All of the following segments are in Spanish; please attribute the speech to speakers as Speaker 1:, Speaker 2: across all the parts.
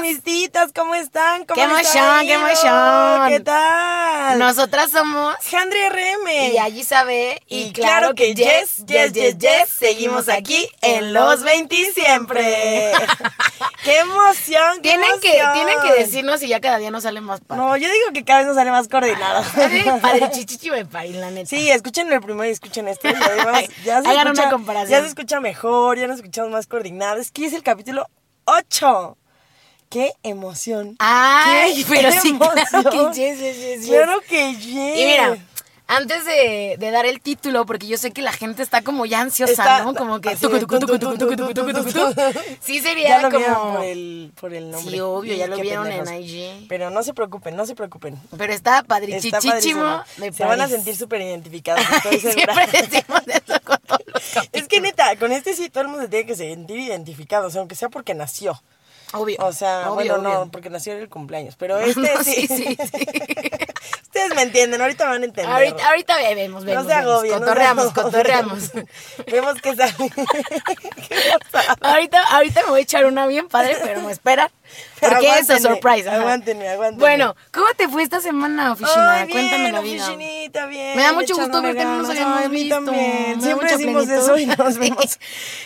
Speaker 1: bonitas, ¿cómo están? ¿Cómo
Speaker 2: ¡Qué
Speaker 1: les ha
Speaker 2: emoción, qué
Speaker 1: ido?
Speaker 2: emoción!
Speaker 1: ¿Qué tal?
Speaker 2: Nosotras somos
Speaker 1: Handry RM.
Speaker 2: y allí sabe
Speaker 1: Y claro que yes, yes, yes, yes, seguimos aquí en los 20 siempre. ¡Qué emoción! qué
Speaker 2: Tienen que,
Speaker 1: emoción!
Speaker 2: tienen que decirnos si ya cada día nos salen más padres.
Speaker 1: No, yo digo que cada vez nos sale más coordinado.
Speaker 2: Ah, padre chichichi me parín, la neta.
Speaker 1: Sí, escuchen el primero y escuchen este. y además ya se
Speaker 2: Hagan una
Speaker 1: escucha,
Speaker 2: comparación.
Speaker 1: Ya se escucha mejor, ya nos escuchamos más coordinados. Es que es el capítulo 8. ¡Qué emoción!
Speaker 2: Ay,
Speaker 1: Qué
Speaker 2: pero sí, claro
Speaker 1: emoción.
Speaker 2: que yes, yes, yes, yes.
Speaker 1: Claro que yes.
Speaker 2: Y mira, antes de, de dar el título, porque yo sé que la gente está como ya ansiosa,
Speaker 1: Está-
Speaker 2: ¿no? Como que...
Speaker 1: así de
Speaker 2: tucu, tucu, tucu, tucu, tucu, tucu, tucu, tucu. Sí
Speaker 1: ya
Speaker 2: sería
Speaker 1: lo vieron
Speaker 2: como...
Speaker 1: por el, por el nombre.
Speaker 2: Sí, obvio, ya lo
Speaker 1: Qué
Speaker 2: vieron en
Speaker 1: pendejos.
Speaker 2: IG.
Speaker 1: Pero no se preocupen, no se preocupen.
Speaker 2: Pero está
Speaker 1: Está
Speaker 2: padrichichichimo
Speaker 1: padrísimo.
Speaker 2: de
Speaker 1: Se van a
Speaker 2: París.
Speaker 1: sentir súper identificados. estoy segura.
Speaker 2: Siempre decimos eso con todos los
Speaker 1: Es que neta, con este sí todo el mundo se tiene que sentir identificado, o sea, aunque sea porque nació.
Speaker 2: Obvio.
Speaker 1: O sea, bueno,
Speaker 2: obvio, obvio.
Speaker 1: no, porque nació en el cumpleaños, pero este
Speaker 2: No,
Speaker 1: sí.
Speaker 2: sí, sí, sí.
Speaker 1: Ustedes me entienden, ahorita van a entender.
Speaker 2: Ahorita, ahorita ve- vemos, vemos.
Speaker 1: no se
Speaker 2: vemos.
Speaker 1: agobien. no se
Speaker 2: Cotorreamos,
Speaker 1: agobien.
Speaker 2: cotorreamos.
Speaker 1: Vemos que sale. ¿Qué pasa?
Speaker 2: ahorita, ahorita me voy a echar una bien padre, pero me espera. Porque eso
Speaker 1: Aguántenme,
Speaker 2: es surprise. ajá.
Speaker 1: aguántenme, aguántenme.
Speaker 2: Bueno, ¿cómo te fue esta semana, oficina?
Speaker 1: Ay, bien,
Speaker 2: Cuéntame la vida.
Speaker 1: oficinita, bien,
Speaker 2: Me da mucho gusto
Speaker 1: echándole
Speaker 2: verte, no nos
Speaker 1: ganas.
Speaker 2: habíamos
Speaker 1: Ay, a mí
Speaker 2: visto. Me
Speaker 1: también.
Speaker 2: da
Speaker 1: Siempre
Speaker 2: mucha
Speaker 1: decimos
Speaker 2: plenitud.
Speaker 1: eso y nos
Speaker 2: Sí.
Speaker 1: vemos.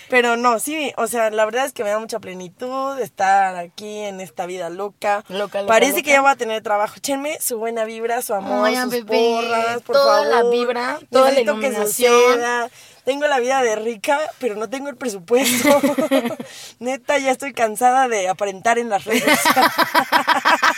Speaker 1: Pero no, sí, o sea, la verdad es que me da mucha plenitud estar aquí en esta vida loca.
Speaker 2: Loca, loca,
Speaker 1: Parece que
Speaker 2: loca.
Speaker 1: ya voy a tener trabajo. Échenme su buena vibra, su amor,
Speaker 2: Ay,
Speaker 1: sus
Speaker 2: bebé,
Speaker 1: porras, por
Speaker 2: toda la
Speaker 1: favor.
Speaker 2: vibra, toda la
Speaker 1: Necesito que
Speaker 2: iluminación.
Speaker 1: suceda. Tengo la vida de rica, pero no tengo el presupuesto. Neta, ya estoy cansada de aparentar en las redes sociales.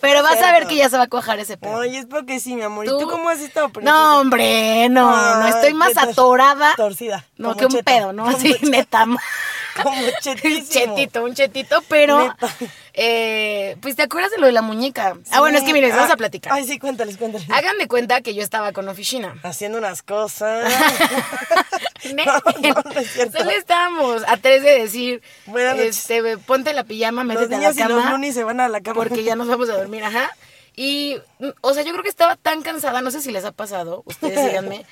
Speaker 2: Pero vas a ver
Speaker 1: Cierto.
Speaker 2: que ya se va a cuajar ese pedo.
Speaker 1: Ay, es porque sí, mi amor. ¿Y tú cómo has estado?
Speaker 2: No, hombre, no, no
Speaker 1: Ay,
Speaker 2: estoy más
Speaker 1: qué tor-
Speaker 2: atorada.
Speaker 1: torcida,
Speaker 2: No,
Speaker 1: como
Speaker 2: que un
Speaker 1: cheta,
Speaker 2: pedo, ¿no?
Speaker 1: como
Speaker 2: Sí,
Speaker 1: cheta.
Speaker 2: neta. ma-
Speaker 1: Como
Speaker 2: un
Speaker 1: chetísimo.
Speaker 2: chetito, un chetito, pero.
Speaker 1: Neta.
Speaker 2: eh, pues te acuerdas de lo de la muñeca. Ah, bueno, es que miren,
Speaker 1: miren,
Speaker 2: vamos a platicar.
Speaker 1: Ay, sí, cuéntales, cuéntales.
Speaker 2: Hagan de cuenta que yo estaba con oficina.
Speaker 1: Haciendo unas cosas.
Speaker 2: Ne-
Speaker 1: no, no, no es cierto.
Speaker 2: Solo estábamos a tres de decir,
Speaker 1: Buenas noches.
Speaker 2: este, ponte la pijama,
Speaker 1: Los
Speaker 2: métete a la
Speaker 1: niños y los
Speaker 2: cama,
Speaker 1: lunis se van a la cama.
Speaker 2: porque ya nos vamos a dormir, ajá. Y, mm, o sea, yo creo que estaba tan cansada, no sé si les ha pasado, ustedes díganme,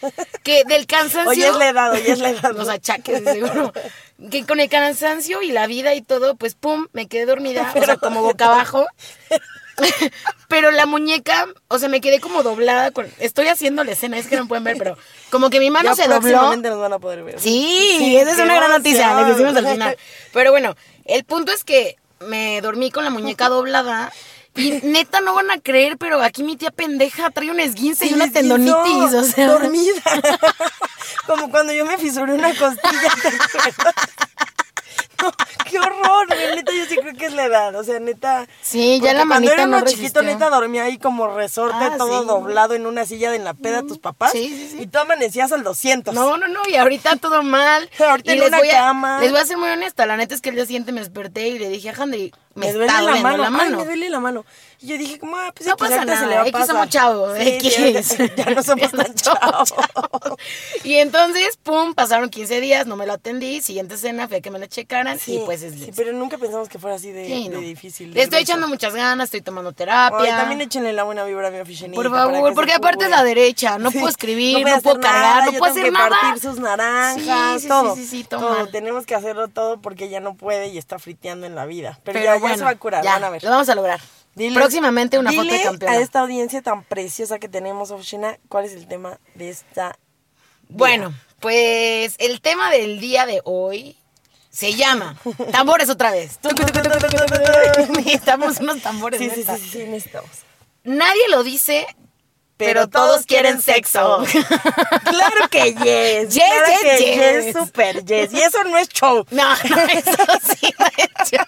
Speaker 2: que del cansancio...
Speaker 1: Oye, es la edad, oye, es la edad.
Speaker 2: Los achaques, seguro. Que con el cansancio y la vida y todo, pues pum, me quedé dormida, o sea, como boca abajo. Pero la muñeca, o sea, me quedé como doblada. con- estoy haciendo la escena, es que no pueden ver, pero como que mi mano
Speaker 1: ya
Speaker 2: se dobló.
Speaker 1: próximamente nos van a poder ver.
Speaker 2: Sí,
Speaker 1: Sí,
Speaker 2: esa es
Speaker 1: qué
Speaker 2: una gran noticia, les
Speaker 1: emoción.
Speaker 2: decimos al final. Pero bueno, el punto es que me dormí con la muñeca doblada. Y neta, no van a creer, pero aquí mi tía pendeja trae un esguince y una
Speaker 1: les guinzó,
Speaker 2: tendonitis, o sea.
Speaker 1: Dormida. Como cuando yo me fisuré una costilla. ¿te acuerdas? No, qué horror, güey, neta, yo sí creo que es la edad, o sea, neta.
Speaker 2: Sí, ya
Speaker 1: porque
Speaker 2: la
Speaker 1: Cuando
Speaker 2: manita
Speaker 1: era uno
Speaker 2: no
Speaker 1: chiquito,
Speaker 2: resistió.
Speaker 1: neta, dormía ahí como resorte,
Speaker 2: Ah,
Speaker 1: todo
Speaker 2: sí. Mm,
Speaker 1: doblado en una silla de en la peda de tus papás.
Speaker 2: Sí, sí, sí.
Speaker 1: Y tú amanecías al 200.
Speaker 2: No, no, no, y ahorita todo mal.
Speaker 1: Ahorita
Speaker 2: y
Speaker 1: en
Speaker 2: les
Speaker 1: una
Speaker 2: voy a,
Speaker 1: cama.
Speaker 2: Les voy a ser muy honesta, la neta es que el día siguiente me desperté y le dije a Handry, me,
Speaker 1: me duele
Speaker 2: está
Speaker 1: la
Speaker 2: doliendo
Speaker 1: mano,
Speaker 2: la mano.
Speaker 1: Ay, me duele la mano. Y yo dije, como, ah, pues
Speaker 2: No
Speaker 1: X,
Speaker 2: pasa
Speaker 1: ahorita
Speaker 2: nada,
Speaker 1: se le va a
Speaker 2: X
Speaker 1: pasar.
Speaker 2: somos chavos,
Speaker 1: Sí,
Speaker 2: X.
Speaker 1: sí, ahorita- ya no somos tan chavos.
Speaker 2: Y entonces, pum, pasaron 15 días, no me lo atendí, siguiente cena fue que me la checaran
Speaker 1: Sí,
Speaker 2: y pues es
Speaker 1: sí, pero nunca pensamos que fuera así de,
Speaker 2: Sí, no.
Speaker 1: de difícil. de
Speaker 2: Le estoy
Speaker 1: grueso.
Speaker 2: echando muchas ganas, estoy tomando terapia.
Speaker 1: Ay, también échenle la buena vibra a mi oficinita.
Speaker 2: Por
Speaker 1: para
Speaker 2: favor,
Speaker 1: que
Speaker 2: porque
Speaker 1: se
Speaker 2: aparte es
Speaker 1: cure.
Speaker 2: la derecha, no puedo escribir, no puedo cargar, no
Speaker 1: yo
Speaker 2: puedo
Speaker 1: tengo
Speaker 2: hacer
Speaker 1: que
Speaker 2: nada.
Speaker 1: partir sus naranjas,
Speaker 2: Sí, sí,
Speaker 1: todo.
Speaker 2: sí, sí, sí, toma.
Speaker 1: todo. Tenemos que hacerlo todo porque ya no puede y está friteando en la vida. Pero,
Speaker 2: Pero
Speaker 1: ya, ya
Speaker 2: bueno,
Speaker 1: se va a curar,
Speaker 2: ya,
Speaker 1: van a ver.
Speaker 2: Lo vamos a lograr.
Speaker 1: Diles-
Speaker 2: Próximamente una foto de
Speaker 1: dile
Speaker 2: campeona.
Speaker 1: a este esta audiencia tan preciosa que tenemos, Oficina, ¿cuál es el tema de esta?
Speaker 2: Bueno, pues el tema del día de hoy se llama tambores otra vez. Necesitamos unos tambores.
Speaker 1: Sí, sí, sí,
Speaker 2: neta.
Speaker 1: sí, sí, necesitamos.
Speaker 2: Nadie lo dice, pero, todos quieren sexo.
Speaker 1: claro que yes.
Speaker 2: Yes,
Speaker 1: claro
Speaker 2: yes,
Speaker 1: que
Speaker 2: yes.
Speaker 1: super yes. Y eso no es show.
Speaker 2: No, no, eso sí, de hecho.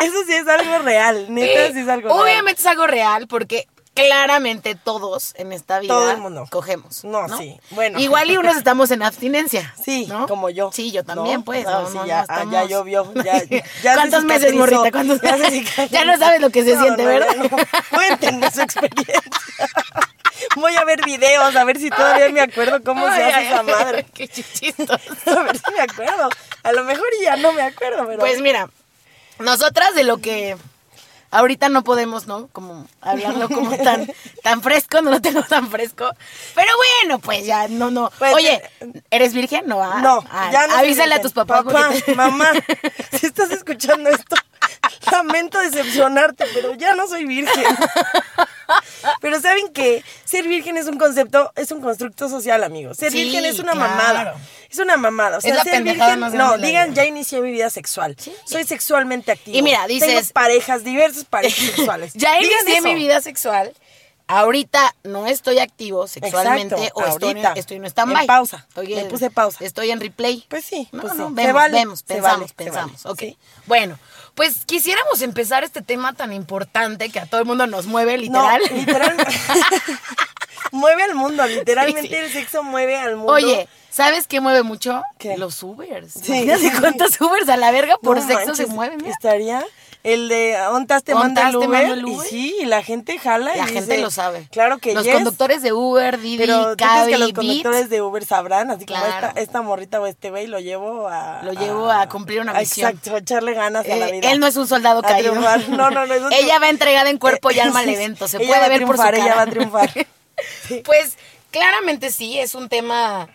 Speaker 1: Eso sí es algo real. Neta, sí es algo real.
Speaker 2: Eh, Obviamente es algo real porque claramente todos en esta vida
Speaker 1: Todo el mundo.
Speaker 2: cogemos.
Speaker 1: No, sí, bueno.
Speaker 2: Igual y unos estamos en abstinencia.
Speaker 1: Sí,
Speaker 2: ¿no?
Speaker 1: como yo.
Speaker 2: Sí, yo también,
Speaker 1: No,
Speaker 2: pues.
Speaker 1: no,
Speaker 2: no,
Speaker 1: sí,
Speaker 2: no,
Speaker 1: ya,
Speaker 2: no
Speaker 1: ah,
Speaker 2: estamos-
Speaker 1: ya llovió, ya- ya se
Speaker 2: ¿Cuántos meses,
Speaker 1: cicatrizó,
Speaker 2: morrita? ¿Cuántos-
Speaker 1: ya se cicatrizó.
Speaker 2: Ya no sabes lo que se
Speaker 1: No,
Speaker 2: siente,
Speaker 1: no,
Speaker 2: ¿verdad?
Speaker 1: ya no. Voy a entender su experiencia. Voy a ver videos, a ver si todavía me acuerdo cómo se
Speaker 2: Ay,
Speaker 1: hace
Speaker 2: ay,
Speaker 1: esa
Speaker 2: ay,
Speaker 1: madre.
Speaker 2: Qué chichitos.
Speaker 1: A ver si me acuerdo. A lo mejor ya no me acuerdo, pero.
Speaker 2: Pues mira, nosotras de lo que ahorita no podemos, ¿no? Como hablarlo como tan, tan fresco, no lo tengo tan fresco. Pero bueno, pues ya, no, no.
Speaker 1: Pues,
Speaker 2: Oye, ¿eres virgen? No, ah,
Speaker 1: no,
Speaker 2: ah,
Speaker 1: ya no soy
Speaker 2: Avísale a
Speaker 1: virgen.
Speaker 2: tus papás.
Speaker 1: Papá,
Speaker 2: porque te-
Speaker 1: mamá, si estás escuchando esto, Lamento decepcionarte, pero ya no soy virgen. Pero saben que ser virgen es un concepto, es un constructo social, amigos. Ser
Speaker 2: Sí,
Speaker 1: virgen es una
Speaker 2: claro.
Speaker 1: mamada. Es una mamada. O sea,
Speaker 2: Es la
Speaker 1: ser
Speaker 2: pendejada
Speaker 1: virgen,
Speaker 2: más grande
Speaker 1: no,
Speaker 2: de la
Speaker 1: digan,
Speaker 2: vida.
Speaker 1: ya inicié mi vida sexual. Soy sexualmente activo.
Speaker 2: Y mira, dices-
Speaker 1: Tengo parejas, diversas parejas sexuales.
Speaker 2: ya
Speaker 1: Digan
Speaker 2: inicié
Speaker 1: eso.
Speaker 2: mi vida sexual. Ahorita no estoy activo sexualmente
Speaker 1: Exacto,
Speaker 2: o
Speaker 1: ahorita.
Speaker 2: estoy, estoy no está
Speaker 1: En pausa.
Speaker 2: Estoy
Speaker 1: Le puse pausa.
Speaker 2: Estoy en replay.
Speaker 1: Pues sí,
Speaker 2: No,
Speaker 1: pues
Speaker 2: no,
Speaker 1: sí.
Speaker 2: vemos,
Speaker 1: Se vale,
Speaker 2: vemos,
Speaker 1: se
Speaker 2: pensamos,
Speaker 1: vale, se
Speaker 2: pensamos.
Speaker 1: vale,
Speaker 2: ok.
Speaker 1: sí.
Speaker 2: Bueno, pues quisiéramos empezar este tema tan importante que a todo el mundo nos mueve, literal.
Speaker 1: No, literal. mueve al mundo, literalmente
Speaker 2: Sí, sí.
Speaker 1: el sexo mueve al mundo.
Speaker 2: Oye, ¿sabes qué mueve mucho?
Speaker 1: ¿Qué?
Speaker 2: Los Ubers.
Speaker 1: Sí.
Speaker 2: Imagínate cuántos Ubers a la verga por
Speaker 1: No
Speaker 2: sexo se
Speaker 1: manches,
Speaker 2: mueven. ¿eh? mira.
Speaker 1: Estaría el de ontas te manda
Speaker 2: Ontas
Speaker 1: el
Speaker 2: te
Speaker 1: Uber.
Speaker 2: mando el
Speaker 1: Y
Speaker 2: Uber.
Speaker 1: sí, y la gente jala y
Speaker 2: La gente
Speaker 1: dice,
Speaker 2: lo sabe.
Speaker 1: Claro que
Speaker 2: Los
Speaker 1: yes,
Speaker 2: conductores de Uber, Didi,
Speaker 1: Pero ¿tú crees
Speaker 2: Cabify,
Speaker 1: que los
Speaker 2: Bit,
Speaker 1: conductores de Uber sabrán? Así como
Speaker 2: Claro.
Speaker 1: esta, esta morrita o este güey lo llevo a...
Speaker 2: Lo llevo a cumplir una misión.
Speaker 1: Exacto, a echarle ganas a la
Speaker 2: eh,
Speaker 1: vida.
Speaker 2: él no es un soldado
Speaker 1: A
Speaker 2: caído.
Speaker 1: triunfar. No, no, no. es un
Speaker 2: Ella
Speaker 1: triun-
Speaker 2: va entregada en cuerpo y
Speaker 1: Eh,
Speaker 2: alma al
Speaker 1: sí, sí.
Speaker 2: evento. Se
Speaker 1: Ella
Speaker 2: puede
Speaker 1: va a
Speaker 2: ver por su
Speaker 1: triunfar,
Speaker 2: cara.
Speaker 1: Ella va a triunfar. Sí.
Speaker 2: Pues claramente sí, es un tema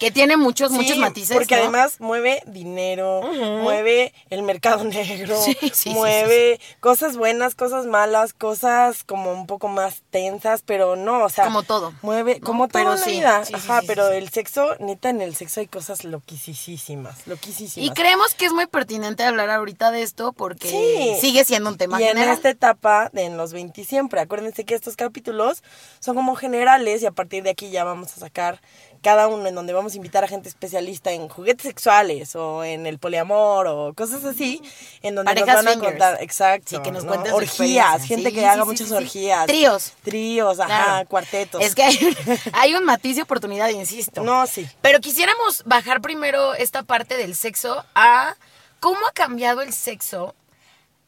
Speaker 2: que tiene muchos, muchos
Speaker 1: Sí,
Speaker 2: matices.
Speaker 1: Porque
Speaker 2: ¿no?
Speaker 1: además mueve dinero, mueve el mercado negro,
Speaker 2: Sí, sí, sí,
Speaker 1: mueve cosas buenas, cosas malas, cosas como un poco más tensas, pero no, o sea.
Speaker 2: Como todo,
Speaker 1: Mueve,
Speaker 2: ¿no?
Speaker 1: como
Speaker 2: Pero
Speaker 1: todo en la
Speaker 2: sí,
Speaker 1: vida.
Speaker 2: sí, sí,
Speaker 1: Ajá,
Speaker 2: sí,
Speaker 1: pero
Speaker 2: sí, sí.
Speaker 1: el sexo, neta, en el sexo hay cosas loquisísimas, loquisísimas.
Speaker 2: Y creemos que es muy pertinente hablar ahorita de esto porque
Speaker 1: Sí.
Speaker 2: sigue siendo un tema
Speaker 1: Y en este,
Speaker 2: general.
Speaker 1: esta etapa de en los 20 y siempre, acuérdense que estos capítulos son como generales y a partir de aquí ya vamos a sacar cada uno en donde vamos a invitar a gente especialista en juguetes sexuales o en el poliamor o cosas así, en donde nos
Speaker 2: Parejas
Speaker 1: van a
Speaker 2: swingers.
Speaker 1: contar, exacto,
Speaker 2: Sí, que nos
Speaker 1: ¿no?
Speaker 2: cuenten su
Speaker 1: orgías,
Speaker 2: experiencia.
Speaker 1: gente
Speaker 2: Sí,
Speaker 1: que
Speaker 2: sí,
Speaker 1: haga
Speaker 2: sí,
Speaker 1: muchas
Speaker 2: sí, sí.
Speaker 1: orgías,
Speaker 2: Tríos.
Speaker 1: tríos, ajá,
Speaker 2: Claro.
Speaker 1: cuartetos.
Speaker 2: Es que hay, hay un matiz de oportunidad, insisto.
Speaker 1: no, sí.
Speaker 2: Pero quisiéramos bajar primero esta parte del sexo a cómo ha cambiado el sexo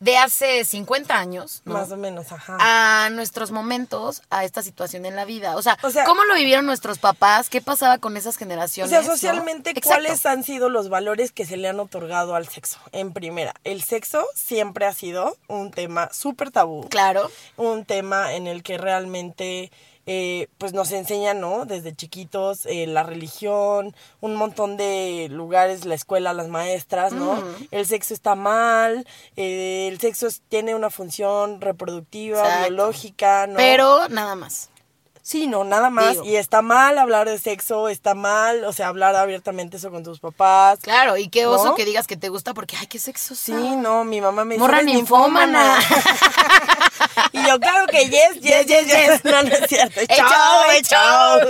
Speaker 2: de hace 50 años, ¿no? Ah,
Speaker 1: Más o menos, ajá.
Speaker 2: a nuestros momentos, a esta situación en la vida. O sea,
Speaker 1: Ah. O sea-
Speaker 2: ¿cómo lo vivieron nuestros papás? ¿Qué pasaba con esas
Speaker 1: O
Speaker 2: generaciones?
Speaker 1: sea,
Speaker 2: no?
Speaker 1: socialmente,
Speaker 2: Exacto.
Speaker 1: ¿cuáles han sido los valores que se le han otorgado al sexo? En primera, el sexo siempre ha sido un tema súper tabú,
Speaker 2: Claro.
Speaker 1: un tema en el que realmente eh, pues nos enseñan, ¿no? Desde chiquitos, eh, la religión, un montón de lugares, la escuela, las maestras, ¿no? El sexo está mal, eh, el sexo es- tiene una función reproductiva,
Speaker 2: Exacto.
Speaker 1: biológica, ¿no?
Speaker 2: Pero nada más.
Speaker 1: Sí, no, nada más.
Speaker 2: Digo.
Speaker 1: Y está mal hablar de sexo, está mal, o sea, hablar abiertamente eso con tus papás.
Speaker 2: Claro, y qué oso
Speaker 1: ¿No?
Speaker 2: que digas que te gusta porque, ay, qué sexo.
Speaker 1: Sí, no, mi mamá me dice.
Speaker 2: Morra
Speaker 1: "Eres
Speaker 2: ninfómana".
Speaker 1: ninfómana. y yo, claro que yes, yes, yes, yes. No, no es cierto.
Speaker 2: Eh,
Speaker 1: chao, eh, chao.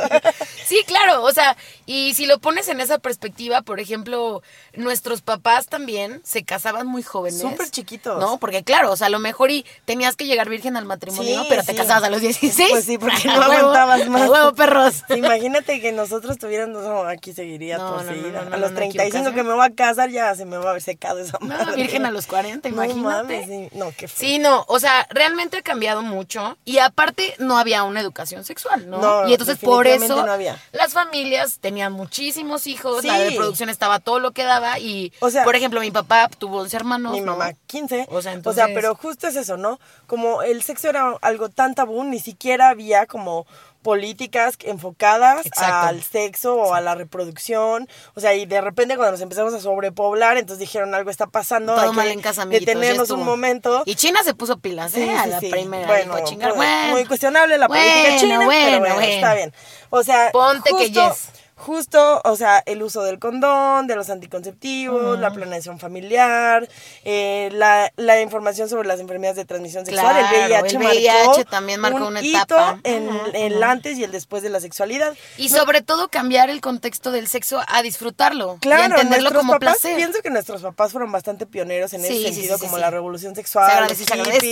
Speaker 2: Sí, claro, o sea, y si lo pones en esa perspectiva, por ejemplo, nuestros papás también se casaban muy jóvenes.
Speaker 1: Súper chiquitos.
Speaker 2: No, porque claro, o sea, a lo mejor y tenías que llegar virgen al matrimonio,
Speaker 1: Sí,
Speaker 2: pero te
Speaker 1: sí.
Speaker 2: casabas a los 16.
Speaker 1: Pues sí, porque
Speaker 2: A
Speaker 1: no
Speaker 2: huevo,
Speaker 1: aguantabas más.
Speaker 2: a huevo, perros.
Speaker 1: Imagínate que nosotros tuviéramos, no, aquí seguiría
Speaker 2: No, no, no,
Speaker 1: torcida.
Speaker 2: no, no,
Speaker 1: a los
Speaker 2: no,
Speaker 1: 35
Speaker 2: equivocación.
Speaker 1: que me voy a casar ya se me va a haber secado esa madre.
Speaker 2: No, virgen a los 40,
Speaker 1: No
Speaker 2: imagínate.
Speaker 1: mames, sí. No, qué feo.
Speaker 2: Sí, no, o sea, realmente ha cambiado mucho y aparte no había una educación sexual, ¿no?
Speaker 1: No,
Speaker 2: y entonces por
Speaker 1: definitivamente
Speaker 2: eso
Speaker 1: no había.
Speaker 2: las familias tenían muchísimos hijos, la
Speaker 1: Sí.
Speaker 2: reproducción estaba todo lo que daba y,
Speaker 1: O sea,
Speaker 2: por ejemplo, mi papá tuvo 11 hermanos.
Speaker 1: Mi
Speaker 2: ¿no?
Speaker 1: mamá, 15.
Speaker 2: O sea,
Speaker 1: O
Speaker 2: entonces-
Speaker 1: sea, pero justo es eso, ¿no? Como el sexo era algo tan tabú, ni siquiera había como políticas enfocadas
Speaker 2: Exacto.
Speaker 1: al sexo o a la reproducción. O sea, y de repente cuando nos empezamos a sobrepoblar, entonces dijeron algo está pasando. hay
Speaker 2: Todo
Speaker 1: que
Speaker 2: mal en casa, amiguitos. ya
Speaker 1: Detenernos un
Speaker 2: estuvo.
Speaker 1: momento.
Speaker 2: Y China se puso pilas, ¿eh? a la primera.
Speaker 1: Bueno,
Speaker 2: dijo, chingar,
Speaker 1: pues,
Speaker 2: bueno.
Speaker 1: muy cuestionable la
Speaker 2: bueno,
Speaker 1: política china, pero bueno, está bien. O sea,
Speaker 2: Ponte que
Speaker 1: justo-
Speaker 2: yes.
Speaker 1: Justo, o sea, el uso del condón, de los anticonceptivos, la planeación familiar, eh, la, la información sobre las enfermedades de transmisión sexual,
Speaker 2: Claro,
Speaker 1: el VIH,
Speaker 2: el VIH
Speaker 1: marcó
Speaker 2: también marcó
Speaker 1: un
Speaker 2: una
Speaker 1: hito
Speaker 2: etapa.
Speaker 1: en
Speaker 2: Ujú,
Speaker 1: el antes y el después de la sexualidad.
Speaker 2: Y sobre todo cambiar el contexto del sexo a disfrutarlo y a
Speaker 1: Claro,
Speaker 2: entenderlo
Speaker 1: nuestros
Speaker 2: como
Speaker 1: papás,
Speaker 2: placer.
Speaker 1: pienso que nuestros papás fueron bastante pioneros en
Speaker 2: Sí,
Speaker 1: ese
Speaker 2: sí,
Speaker 1: sentido,
Speaker 2: sí, sí,
Speaker 1: como
Speaker 2: sí.
Speaker 1: la revolución sexual,
Speaker 2: Se agradece,
Speaker 1: los
Speaker 2: se agradece.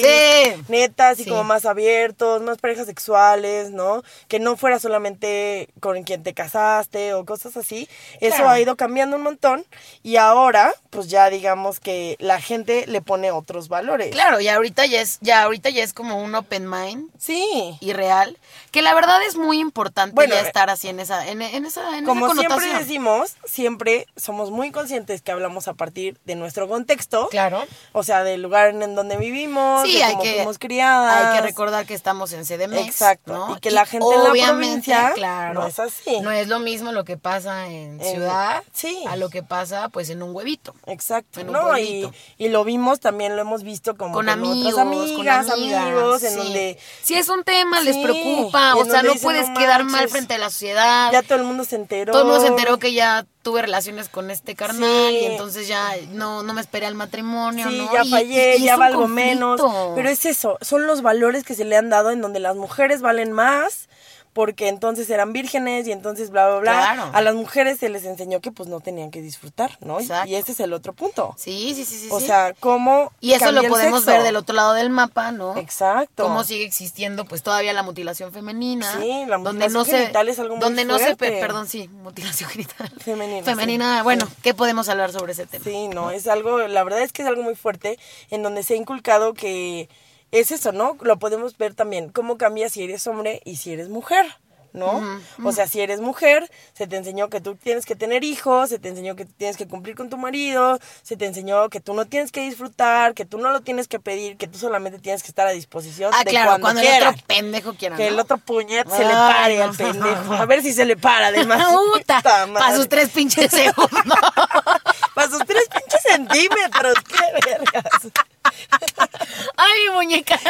Speaker 1: hippies, neta, así
Speaker 2: Sí.
Speaker 1: como más abiertos, más parejas sexuales, ¿no? Que no fuera solamente con quien te casaste o cosas así. Eso
Speaker 2: Claro.
Speaker 1: ha ido cambiando un montón y ahora, pues ya digamos que la gente le pone otros valores.
Speaker 2: Claro, y ahorita ya es, ya ahorita ya es como un open mind
Speaker 1: Sí.
Speaker 2: y real, que la verdad es muy importante
Speaker 1: Bueno,
Speaker 2: ya
Speaker 1: eh,
Speaker 2: estar así en esa, en, en esa, en
Speaker 1: Como
Speaker 2: esa
Speaker 1: siempre
Speaker 2: connotación.
Speaker 1: decimos, siempre somos muy conscientes que hablamos a partir de nuestro contexto.
Speaker 2: claro.
Speaker 1: O sea, del lugar en- en donde vivimos,
Speaker 2: Sí,
Speaker 1: de
Speaker 2: hay
Speaker 1: cómo
Speaker 2: que,
Speaker 1: fuimos criadas.
Speaker 2: hay que recordar que estamos en CDMX.
Speaker 1: Exacto,
Speaker 2: ¿no?
Speaker 1: y que la gente en la
Speaker 2: obviamente,
Speaker 1: provincia
Speaker 2: claro,
Speaker 1: no es así.
Speaker 2: No es lo mismo lo que pasa en
Speaker 1: Eh,
Speaker 2: ciudad
Speaker 1: sí. Eh,
Speaker 2: a lo que pasa pues en un huevito.
Speaker 1: Exacto,
Speaker 2: En un
Speaker 1: ¿no? Y,
Speaker 2: pueblito.
Speaker 1: y lo vimos también, lo hemos visto como
Speaker 2: Con amigos,
Speaker 1: otras amigas,
Speaker 2: con amigas,
Speaker 1: amigos, en
Speaker 2: sí.
Speaker 1: donde
Speaker 2: Si es un tema, les
Speaker 1: Sí,
Speaker 2: preocupa,
Speaker 1: en
Speaker 2: o sea,
Speaker 1: donde
Speaker 2: no
Speaker 1: dicen,
Speaker 2: puedes
Speaker 1: "No
Speaker 2: quedar mal
Speaker 1: manches".
Speaker 2: frente a la sociedad.
Speaker 1: ya todo el mundo se enteró.
Speaker 2: Ah, todo el mundo se enteró que ya tuve relaciones con este carnal
Speaker 1: Sí.
Speaker 2: y entonces ya no, no me esperé al matrimonio,
Speaker 1: Sí,
Speaker 2: ¿no?
Speaker 1: ya
Speaker 2: Y-
Speaker 1: fallé,
Speaker 2: y- y
Speaker 1: ya
Speaker 2: es un
Speaker 1: valgo menos.
Speaker 2: conflicto.
Speaker 1: Pero es eso, son los valores que se le han dado en donde las mujeres valen más porque entonces eran vírgenes y entonces bla, bla, bla.
Speaker 2: Claro.
Speaker 1: A las mujeres se les enseñó que pues no tenían que disfrutar, ¿no? Y-
Speaker 2: Exacto.
Speaker 1: Y ese es el otro punto.
Speaker 2: Sí, sí, sí, sí.
Speaker 1: o
Speaker 2: sí.
Speaker 1: sea, cómo...
Speaker 2: y eso
Speaker 1: cambia
Speaker 2: lo
Speaker 1: el
Speaker 2: podemos
Speaker 1: sexo.
Speaker 2: ver del otro lado del mapa, ¿no?
Speaker 1: Exacto.
Speaker 2: Cómo sigue existiendo pues todavía la mutilación femenina.
Speaker 1: Sí, la
Speaker 2: donde
Speaker 1: mutilación
Speaker 2: no se,
Speaker 1: genital es algo muy
Speaker 2: Donde no se, pe-
Speaker 1: fuerte.
Speaker 2: perdón, sí, mutilación genital.
Speaker 1: Femenina,
Speaker 2: Femenina,
Speaker 1: sí.
Speaker 2: bueno,
Speaker 1: Sí.
Speaker 2: ¿qué podemos hablar sobre ese tema?
Speaker 1: Sí, no, es algo, la verdad es que es algo muy fuerte en donde se ha inculcado que es eso, ¿no? Lo podemos ver también, cómo cambia si eres hombre y si eres mujer, ¿no? O sea, si eres mujer, se te enseñó que tú tienes que tener hijos, se te enseñó que tienes que cumplir con tu marido, se te enseñó que tú no tienes que disfrutar, que tú no lo tienes que pedir, que tú solamente tienes que estar a disposición
Speaker 2: Ah,
Speaker 1: de
Speaker 2: claro, cuando,
Speaker 1: cuando,
Speaker 2: el
Speaker 1: quieras.
Speaker 2: otro pendejo quiera.
Speaker 1: Que
Speaker 2: ¿no?
Speaker 1: el otro puñet se le
Speaker 2: Ay,
Speaker 1: pare
Speaker 2: no.
Speaker 1: al pendejo. A ver si se le para, además.
Speaker 2: Puta,
Speaker 1: Puta
Speaker 2: para sus
Speaker 1: madre.
Speaker 2: tres pinches segundos.
Speaker 1: Para sus tres pinches centímetros, qué vergas.
Speaker 2: Ay, mi muñeca.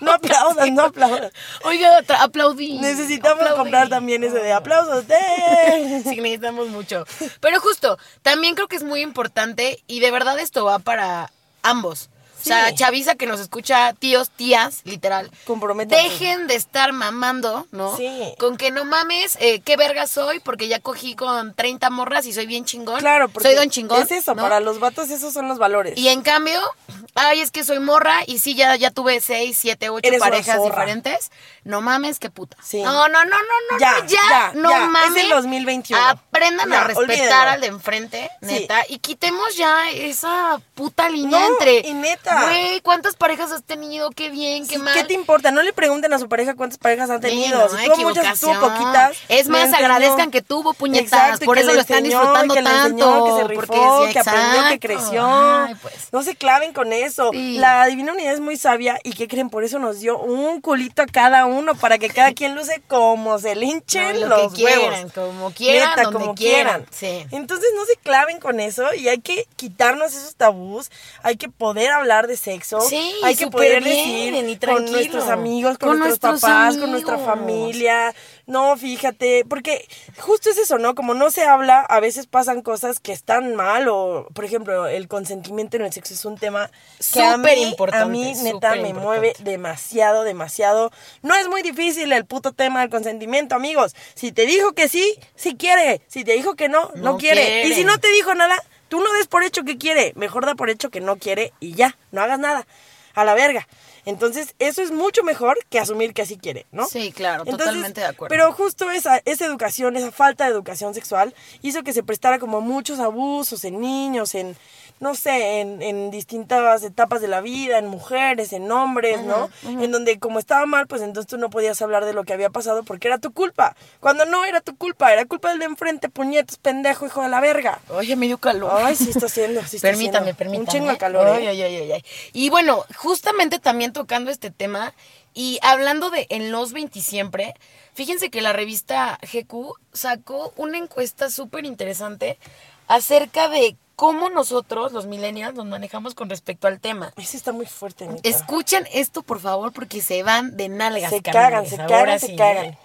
Speaker 1: No aplaudas, no aplaudas.
Speaker 2: Oiga, otra, aplaudí.
Speaker 1: Necesitamos
Speaker 2: aplaudí.
Speaker 1: comprar también ese de aplausos. ¡eh!
Speaker 2: Sí, necesitamos mucho. Pero justo, también creo que es muy importante y de verdad esto va para ambos. O sea,
Speaker 1: Sí.
Speaker 2: chaviza que nos escucha, tíos, tías, literal.
Speaker 1: Comprométanse.
Speaker 2: Dejen de estar mamando, ¿no?
Speaker 1: Sí.
Speaker 2: Con que no mames, eh, qué verga soy, porque ya cogí con 30 morras y soy bien chingón.
Speaker 1: Claro, porque
Speaker 2: soy don chingón.
Speaker 1: es eso,
Speaker 2: ¿no?
Speaker 1: para los vatos esos son los valores.
Speaker 2: Y en cambio, ay, es que soy morra y sí, ya, ya tuve seis, siete, ocho
Speaker 1: Eres una
Speaker 2: parejas
Speaker 1: zorra.
Speaker 2: diferentes. No mames, qué puta.
Speaker 1: Sí.
Speaker 2: No, no, no, no, no,
Speaker 1: Ya,
Speaker 2: no, ya,
Speaker 1: ya,
Speaker 2: no
Speaker 1: ya. Es
Speaker 2: mames.
Speaker 1: el 2021.
Speaker 2: Aprendan
Speaker 1: Ya,
Speaker 2: a respetar
Speaker 1: olvídenlo.
Speaker 2: al de enfrente,
Speaker 1: Sí.
Speaker 2: neta. Y quitemos ya esa puta línea
Speaker 1: No,
Speaker 2: entre.
Speaker 1: y neta.
Speaker 2: Güey, ¿cuántas parejas has tenido? Qué bien, qué
Speaker 1: Sí,
Speaker 2: mal.
Speaker 1: ¿Qué te importa? No le pregunten a su pareja cuántas parejas han tenido.
Speaker 2: Sí, no,
Speaker 1: si tuvo muchas, si tuvo
Speaker 2: equivocación.
Speaker 1: poquitas.
Speaker 2: Es
Speaker 1: le
Speaker 2: más,
Speaker 1: enseñó-
Speaker 2: agradezcan que tuvo puñetas,
Speaker 1: Exacto, y
Speaker 2: por
Speaker 1: que
Speaker 2: eso
Speaker 1: le
Speaker 2: lo están
Speaker 1: enseñó,
Speaker 2: disfrutando
Speaker 1: que le enseñó,
Speaker 2: tanto,
Speaker 1: que se
Speaker 2: porque
Speaker 1: rifó,
Speaker 2: sí,
Speaker 1: que aprendió, que
Speaker 2: exacto.
Speaker 1: creció.
Speaker 2: Ay, pues.
Speaker 1: No se claven con eso.
Speaker 2: Sí.
Speaker 1: La divina unidad es muy sabia y que creen, por eso nos dio un culito a cada uno para que cada quien luce como se le hinchen
Speaker 2: No, lo que
Speaker 1: los
Speaker 2: quieran,
Speaker 1: huevos.
Speaker 2: como quieran, donde quieran. Sí.
Speaker 1: Entonces no se claven con eso y hay que quitarnos esos tabús, hay que poder hablar de sexo,
Speaker 2: Sí,
Speaker 1: hay que
Speaker 2: súper
Speaker 1: poder
Speaker 2: bien, y
Speaker 1: decir con
Speaker 2: tranquilo.
Speaker 1: nuestros amigos, con,
Speaker 2: Con
Speaker 1: nuestros,
Speaker 2: nuestros
Speaker 1: papás, con nuestra
Speaker 2: amigos.
Speaker 1: familia. No, fíjate, porque justo es eso, ¿no? Como no se habla, a veces pasan cosas que están mal o, por ejemplo, el consentimiento en el sexo es un tema que a
Speaker 2: Súper
Speaker 1: mí-
Speaker 2: importante,
Speaker 1: A mí neta
Speaker 2: súper
Speaker 1: me
Speaker 2: importante.
Speaker 1: mueve demasiado, demasiado. No es muy difícil el puto tema del consentimiento, amigos. Si te dijo que sí, sí quiere. Si te dijo que no, no,
Speaker 2: No
Speaker 1: quiere. Y si
Speaker 2: quiere.
Speaker 1: no te dijo nada, tú no des por hecho que quiere. Mejor da por hecho que no quiere y ya, no hagas nada. A la verga. Entonces, eso es mucho mejor que asumir que así quiere, ¿no?
Speaker 2: Sí, claro, totalmente de acuerdo.
Speaker 1: Pero justo esa, esa educación, esa falta de educación sexual, hizo que se prestara como a muchos abusos en niños, en, no sé, en, en distintas etapas de la vida, en mujeres, en hombres, ¿no? En donde como estaba mal, pues entonces tú no podías hablar de lo que había pasado porque era tu culpa. Cuando no era tu culpa, era culpa del de enfrente, puñetos, pendejo, hijo de la verga.
Speaker 2: Oye, me dio calor.
Speaker 1: Ay, sí está haciendo, sí está
Speaker 2: permítame,
Speaker 1: haciendo.
Speaker 2: permítame.
Speaker 1: Un chingo de calor, ¿eh?
Speaker 2: Ay, ay, ay, ay, ay. Y bueno, justamente también tocando este tema y hablando de en los 20 siempre, fíjense que la revista GQ sacó una encuesta súper interesante acerca de cómo nosotros, los millennials, nos manejamos con respecto al tema.
Speaker 1: Ese está muy fuerte, neta.
Speaker 2: Escuchen esto, por favor, porque se van de nalgas.
Speaker 1: Se cagan,
Speaker 2: carnales,
Speaker 1: se
Speaker 2: ahora
Speaker 1: cagan,
Speaker 2: sí,
Speaker 1: se
Speaker 2: ¿eh?
Speaker 1: cagan.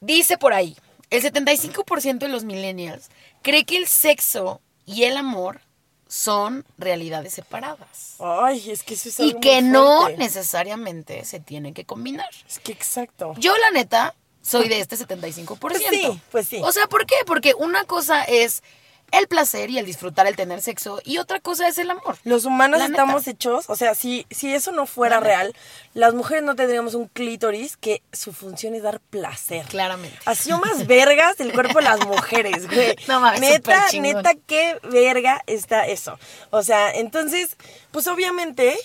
Speaker 2: Dice por ahí, el 75% de los millennials cree que el sexo y el amor son realidades separadas.
Speaker 1: Ay, es que eso es
Speaker 2: Y
Speaker 1: algo
Speaker 2: que
Speaker 1: muy
Speaker 2: no
Speaker 1: fuerte.
Speaker 2: necesariamente se tienen que combinar.
Speaker 1: Es que exacto.
Speaker 2: Yo, la neta, soy de este 75%.
Speaker 1: Pues sí, pues sí.
Speaker 2: O sea, ¿por qué? Porque una cosa es el placer y el disfrutar el tener sexo y otra cosa es el amor.
Speaker 1: Los humanos
Speaker 2: La neta.
Speaker 1: estamos hechos, o sea, si, si eso no fuera
Speaker 2: La neta.
Speaker 1: real, las mujeres no tendríamos un clítoris que su función es dar placer.
Speaker 2: Claramente.
Speaker 1: Ha sido más vergas el cuerpo de las mujeres, güey.
Speaker 2: No mames,
Speaker 1: neta,
Speaker 2: súper chingón.
Speaker 1: neta, qué verga está eso. O sea, entonces, pues obviamente,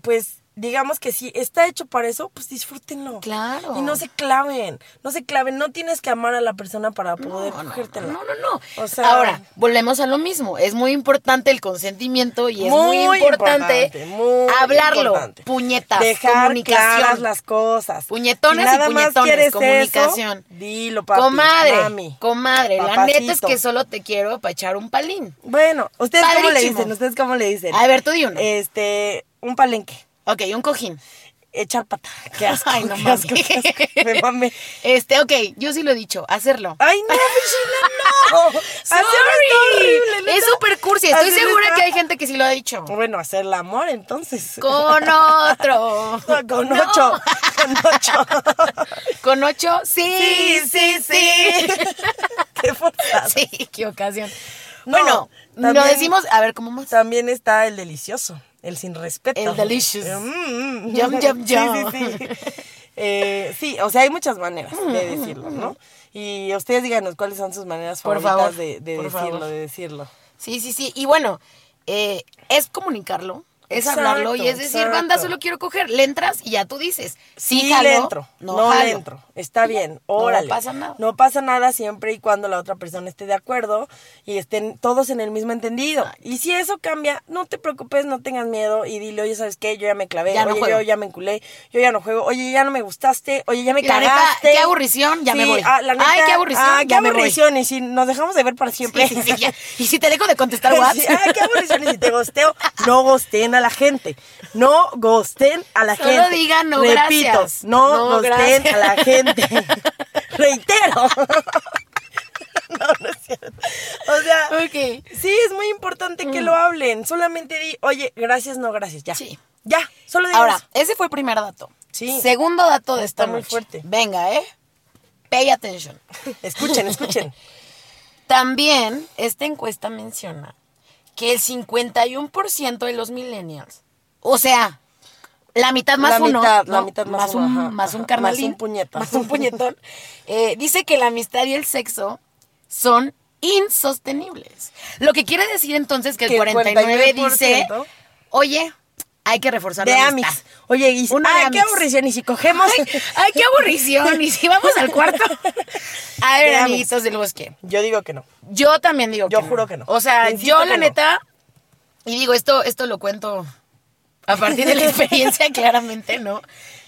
Speaker 1: pues digamos que si está hecho para eso, pues disfrútenlo.
Speaker 2: Claro.
Speaker 1: Y no se claven, no se claven, no tienes que amar a la persona para poder
Speaker 2: No, no,
Speaker 1: cogértela.
Speaker 2: No, no, no.
Speaker 1: O sea-
Speaker 2: Ahora, volvemos a lo mismo. Es muy importante el consentimiento y es muy,
Speaker 1: Muy
Speaker 2: importante,
Speaker 1: importante, muy
Speaker 2: hablarlo.
Speaker 1: importante.
Speaker 2: Puñetas,
Speaker 1: Dejar claras
Speaker 2: comunicación.
Speaker 1: las cosas.
Speaker 2: Puñetones y puñetones, comunicación.
Speaker 1: Eso, dilo, papi,
Speaker 2: comadre,
Speaker 1: mami.
Speaker 2: comadre, la
Speaker 1: papacito.
Speaker 2: neta es que solo te quiero para echar un palín.
Speaker 1: Bueno, ¿ustedes cómo le
Speaker 2: Padrísimo.
Speaker 1: dicen? ¿Ustedes cómo le dicen?
Speaker 2: A ver, tú di uno.
Speaker 1: Este, un palenque.
Speaker 2: Ok, un cojín.
Speaker 1: Echar pata. Qué asco,
Speaker 2: Ay, no
Speaker 1: qué
Speaker 2: mames.
Speaker 1: asco, qué asco. Me mame.
Speaker 2: Este, ok, yo sí lo he dicho, hacerlo.
Speaker 1: Ay, no, Priscila, no. Hacer
Speaker 2: Sorry.
Speaker 1: horrible. neta.
Speaker 2: Es súper cursi. Estoy
Speaker 1: Hacer
Speaker 2: segura
Speaker 1: está-
Speaker 2: que hay gente que sí lo ha dicho.
Speaker 1: Pues Bueno, hacer el amor, entonces.
Speaker 2: Con otro.
Speaker 1: Con
Speaker 2: No.
Speaker 1: ocho. Con ocho.
Speaker 2: Con ocho, sí.
Speaker 1: Sí, sí, sí. Qué forzado.
Speaker 2: Sí, equivocación.
Speaker 1: No,
Speaker 2: bueno, lo
Speaker 1: también-
Speaker 2: decimos, a ver, ¿cómo más?
Speaker 1: También está el delicioso, el sin respeto.
Speaker 2: El delicious.
Speaker 1: Mm, mm.
Speaker 2: Yum, yum,
Speaker 1: Sí,
Speaker 2: yum.
Speaker 1: Sí, sí. Eh, sí, o sea, hay muchas maneras de decirlo,
Speaker 2: Mm,
Speaker 1: ¿no? Y ustedes díganos cuáles son sus maneras
Speaker 2: Por
Speaker 1: favoritas
Speaker 2: favor,
Speaker 1: de, de
Speaker 2: por
Speaker 1: decirlo,
Speaker 2: favor.
Speaker 1: de decirlo.
Speaker 2: Sí, sí, sí. Y bueno, eh, es comunicarlo, es
Speaker 1: Exacto,
Speaker 2: hablarlo y es decir, banda,
Speaker 1: exacto.
Speaker 2: solo quiero coger. Le entras y ya tú dices, sí,
Speaker 1: sí
Speaker 2: jalo,
Speaker 1: le entro,
Speaker 2: no,
Speaker 1: no,
Speaker 2: jalo.
Speaker 1: le entro, está bien, órale.
Speaker 2: pasa nada.
Speaker 1: No pasa nada siempre y cuando la otra persona esté de acuerdo y estén todos en el mismo entendido. Y si eso cambia, no te preocupes, no tengas miedo y dile, oye, ¿sabes qué? Yo ya me clavé,
Speaker 2: Ya no
Speaker 1: oye,
Speaker 2: juego.
Speaker 1: yo ya me enculé, yo ya no juego, oye, ya no me gustaste, oye, ya me
Speaker 2: Y la neta,
Speaker 1: cagaste.
Speaker 2: qué aburrición, ya me voy.
Speaker 1: ah, la neta,
Speaker 2: Ay, qué aburrición,
Speaker 1: ah, qué
Speaker 2: ya me voy.
Speaker 1: aburrición, y si nos dejamos de ver para siempre.
Speaker 2: Sí, sí, sí, ya. Y si te dejo de contestar WhatsApp.
Speaker 1: Sí, ay, qué aburrición, y si te gosteo, no gosteen a la gente. No gosteen a la
Speaker 2: Solo
Speaker 1: gente.
Speaker 2: digan no
Speaker 1: Repito,
Speaker 2: gracias. No
Speaker 1: no, gosteen
Speaker 2: gracias.
Speaker 1: a la gente. Reitero. no, no es cierto. O sea,
Speaker 2: Ok. Mm.
Speaker 1: sí, es muy importante que lo hablen. Solamente di, oye, gracias, no gracias, ya.
Speaker 2: Sí.
Speaker 1: Ya, solo digan
Speaker 2: Ahora,
Speaker 1: eso.
Speaker 2: ese fue el primer dato.
Speaker 1: Sí.
Speaker 2: Segundo dato de esta
Speaker 1: Está muy
Speaker 2: noche.
Speaker 1: fuerte.
Speaker 2: Venga, ¿eh? Pay attention.
Speaker 1: Escuchen, escuchen.
Speaker 2: También esta encuesta menciona que el 51% de los millennials, o sea, la mitad más
Speaker 1: La
Speaker 2: uno,
Speaker 1: mitad, la
Speaker 2: ¿no?
Speaker 1: mitad más
Speaker 2: un,
Speaker 1: uno, ajá,
Speaker 2: más un
Speaker 1: ajá,
Speaker 2: carnalín,
Speaker 1: más un puñetón.
Speaker 2: más un puñetón, eh, dice que la amistad y el sexo son insostenibles. Lo que quiere decir entonces que el
Speaker 1: Que el
Speaker 2: 49 dice,
Speaker 1: 49%.
Speaker 2: oye, hay que reforzar
Speaker 1: De
Speaker 2: la amistad.
Speaker 1: Amis. Oye, y,
Speaker 2: Uno de
Speaker 1: ay, qué
Speaker 2: Amis.
Speaker 1: aburrición, y si cogemos...
Speaker 2: Ay, ay, qué aburrición. Y si vamos al cuarto. A ver,
Speaker 1: De Amis.
Speaker 2: amiguitos del bosque.
Speaker 1: Yo digo que no.
Speaker 2: Yo también digo
Speaker 1: Yo
Speaker 2: que
Speaker 1: juro que no.
Speaker 2: O sea,
Speaker 1: Te insisto
Speaker 2: yo
Speaker 1: que
Speaker 2: la
Speaker 1: no.
Speaker 2: neta, y digo, esto, esto lo cuento a partir de la experiencia, claramente, ¿no?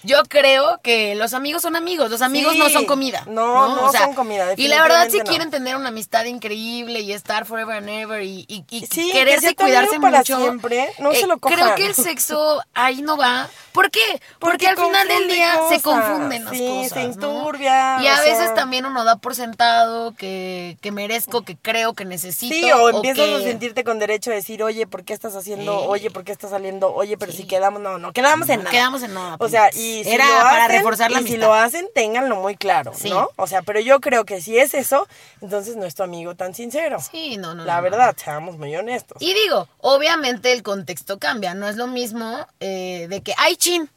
Speaker 2: Yo creo que los amigos son amigos, los amigos
Speaker 1: Sí.
Speaker 2: no son comida.
Speaker 1: No, no son comida,
Speaker 2: Y la verdad,
Speaker 1: definitivamente
Speaker 2: si
Speaker 1: no.
Speaker 2: quieren tener una amistad increíble y estar forever and ever y, y, y
Speaker 1: Sí, que
Speaker 2: quererse
Speaker 1: sea tu amigo
Speaker 2: cuidarse
Speaker 1: para
Speaker 2: mucho. eh,
Speaker 1: siempre, no se lo
Speaker 2: Creo
Speaker 1: cojan.
Speaker 2: que el sexo ahí no va. ¿Por qué? Porque,
Speaker 1: Porque
Speaker 2: al final del
Speaker 1: confunde
Speaker 2: día
Speaker 1: cosas.
Speaker 2: se confunden las
Speaker 1: Sí,
Speaker 2: cosas.
Speaker 1: se
Speaker 2: ¿no?
Speaker 1: enturbia,
Speaker 2: Y a
Speaker 1: o
Speaker 2: veces
Speaker 1: sea.
Speaker 2: también uno da por sentado que, que merezco, que creo, que necesito.
Speaker 1: Sí, o empiezas
Speaker 2: que-
Speaker 1: a sentirte con derecho a decir, oye, ¿por qué estás haciendo?
Speaker 2: Sí.
Speaker 1: Oye, ¿por qué estás saliendo? Oye, pero si quedamos, no, no quedamos en
Speaker 2: No
Speaker 1: nada.
Speaker 2: quedamos en nada,
Speaker 1: O sea, y
Speaker 2: pues.
Speaker 1: si
Speaker 2: Era
Speaker 1: lo
Speaker 2: para
Speaker 1: hacen,
Speaker 2: reforzar la
Speaker 1: y si
Speaker 2: amistad.
Speaker 1: lo hacen, ténganlo muy claro,
Speaker 2: Sí.
Speaker 1: ¿no? O sea, pero yo creo que si es eso, entonces no es tu amigo tan sincero.
Speaker 2: Sí, no, no,
Speaker 1: La
Speaker 2: no, no.
Speaker 1: verdad, seamos muy honestos.
Speaker 2: Y digo, obviamente el contexto cambia, no es lo mismo eh, de que, ay, chin,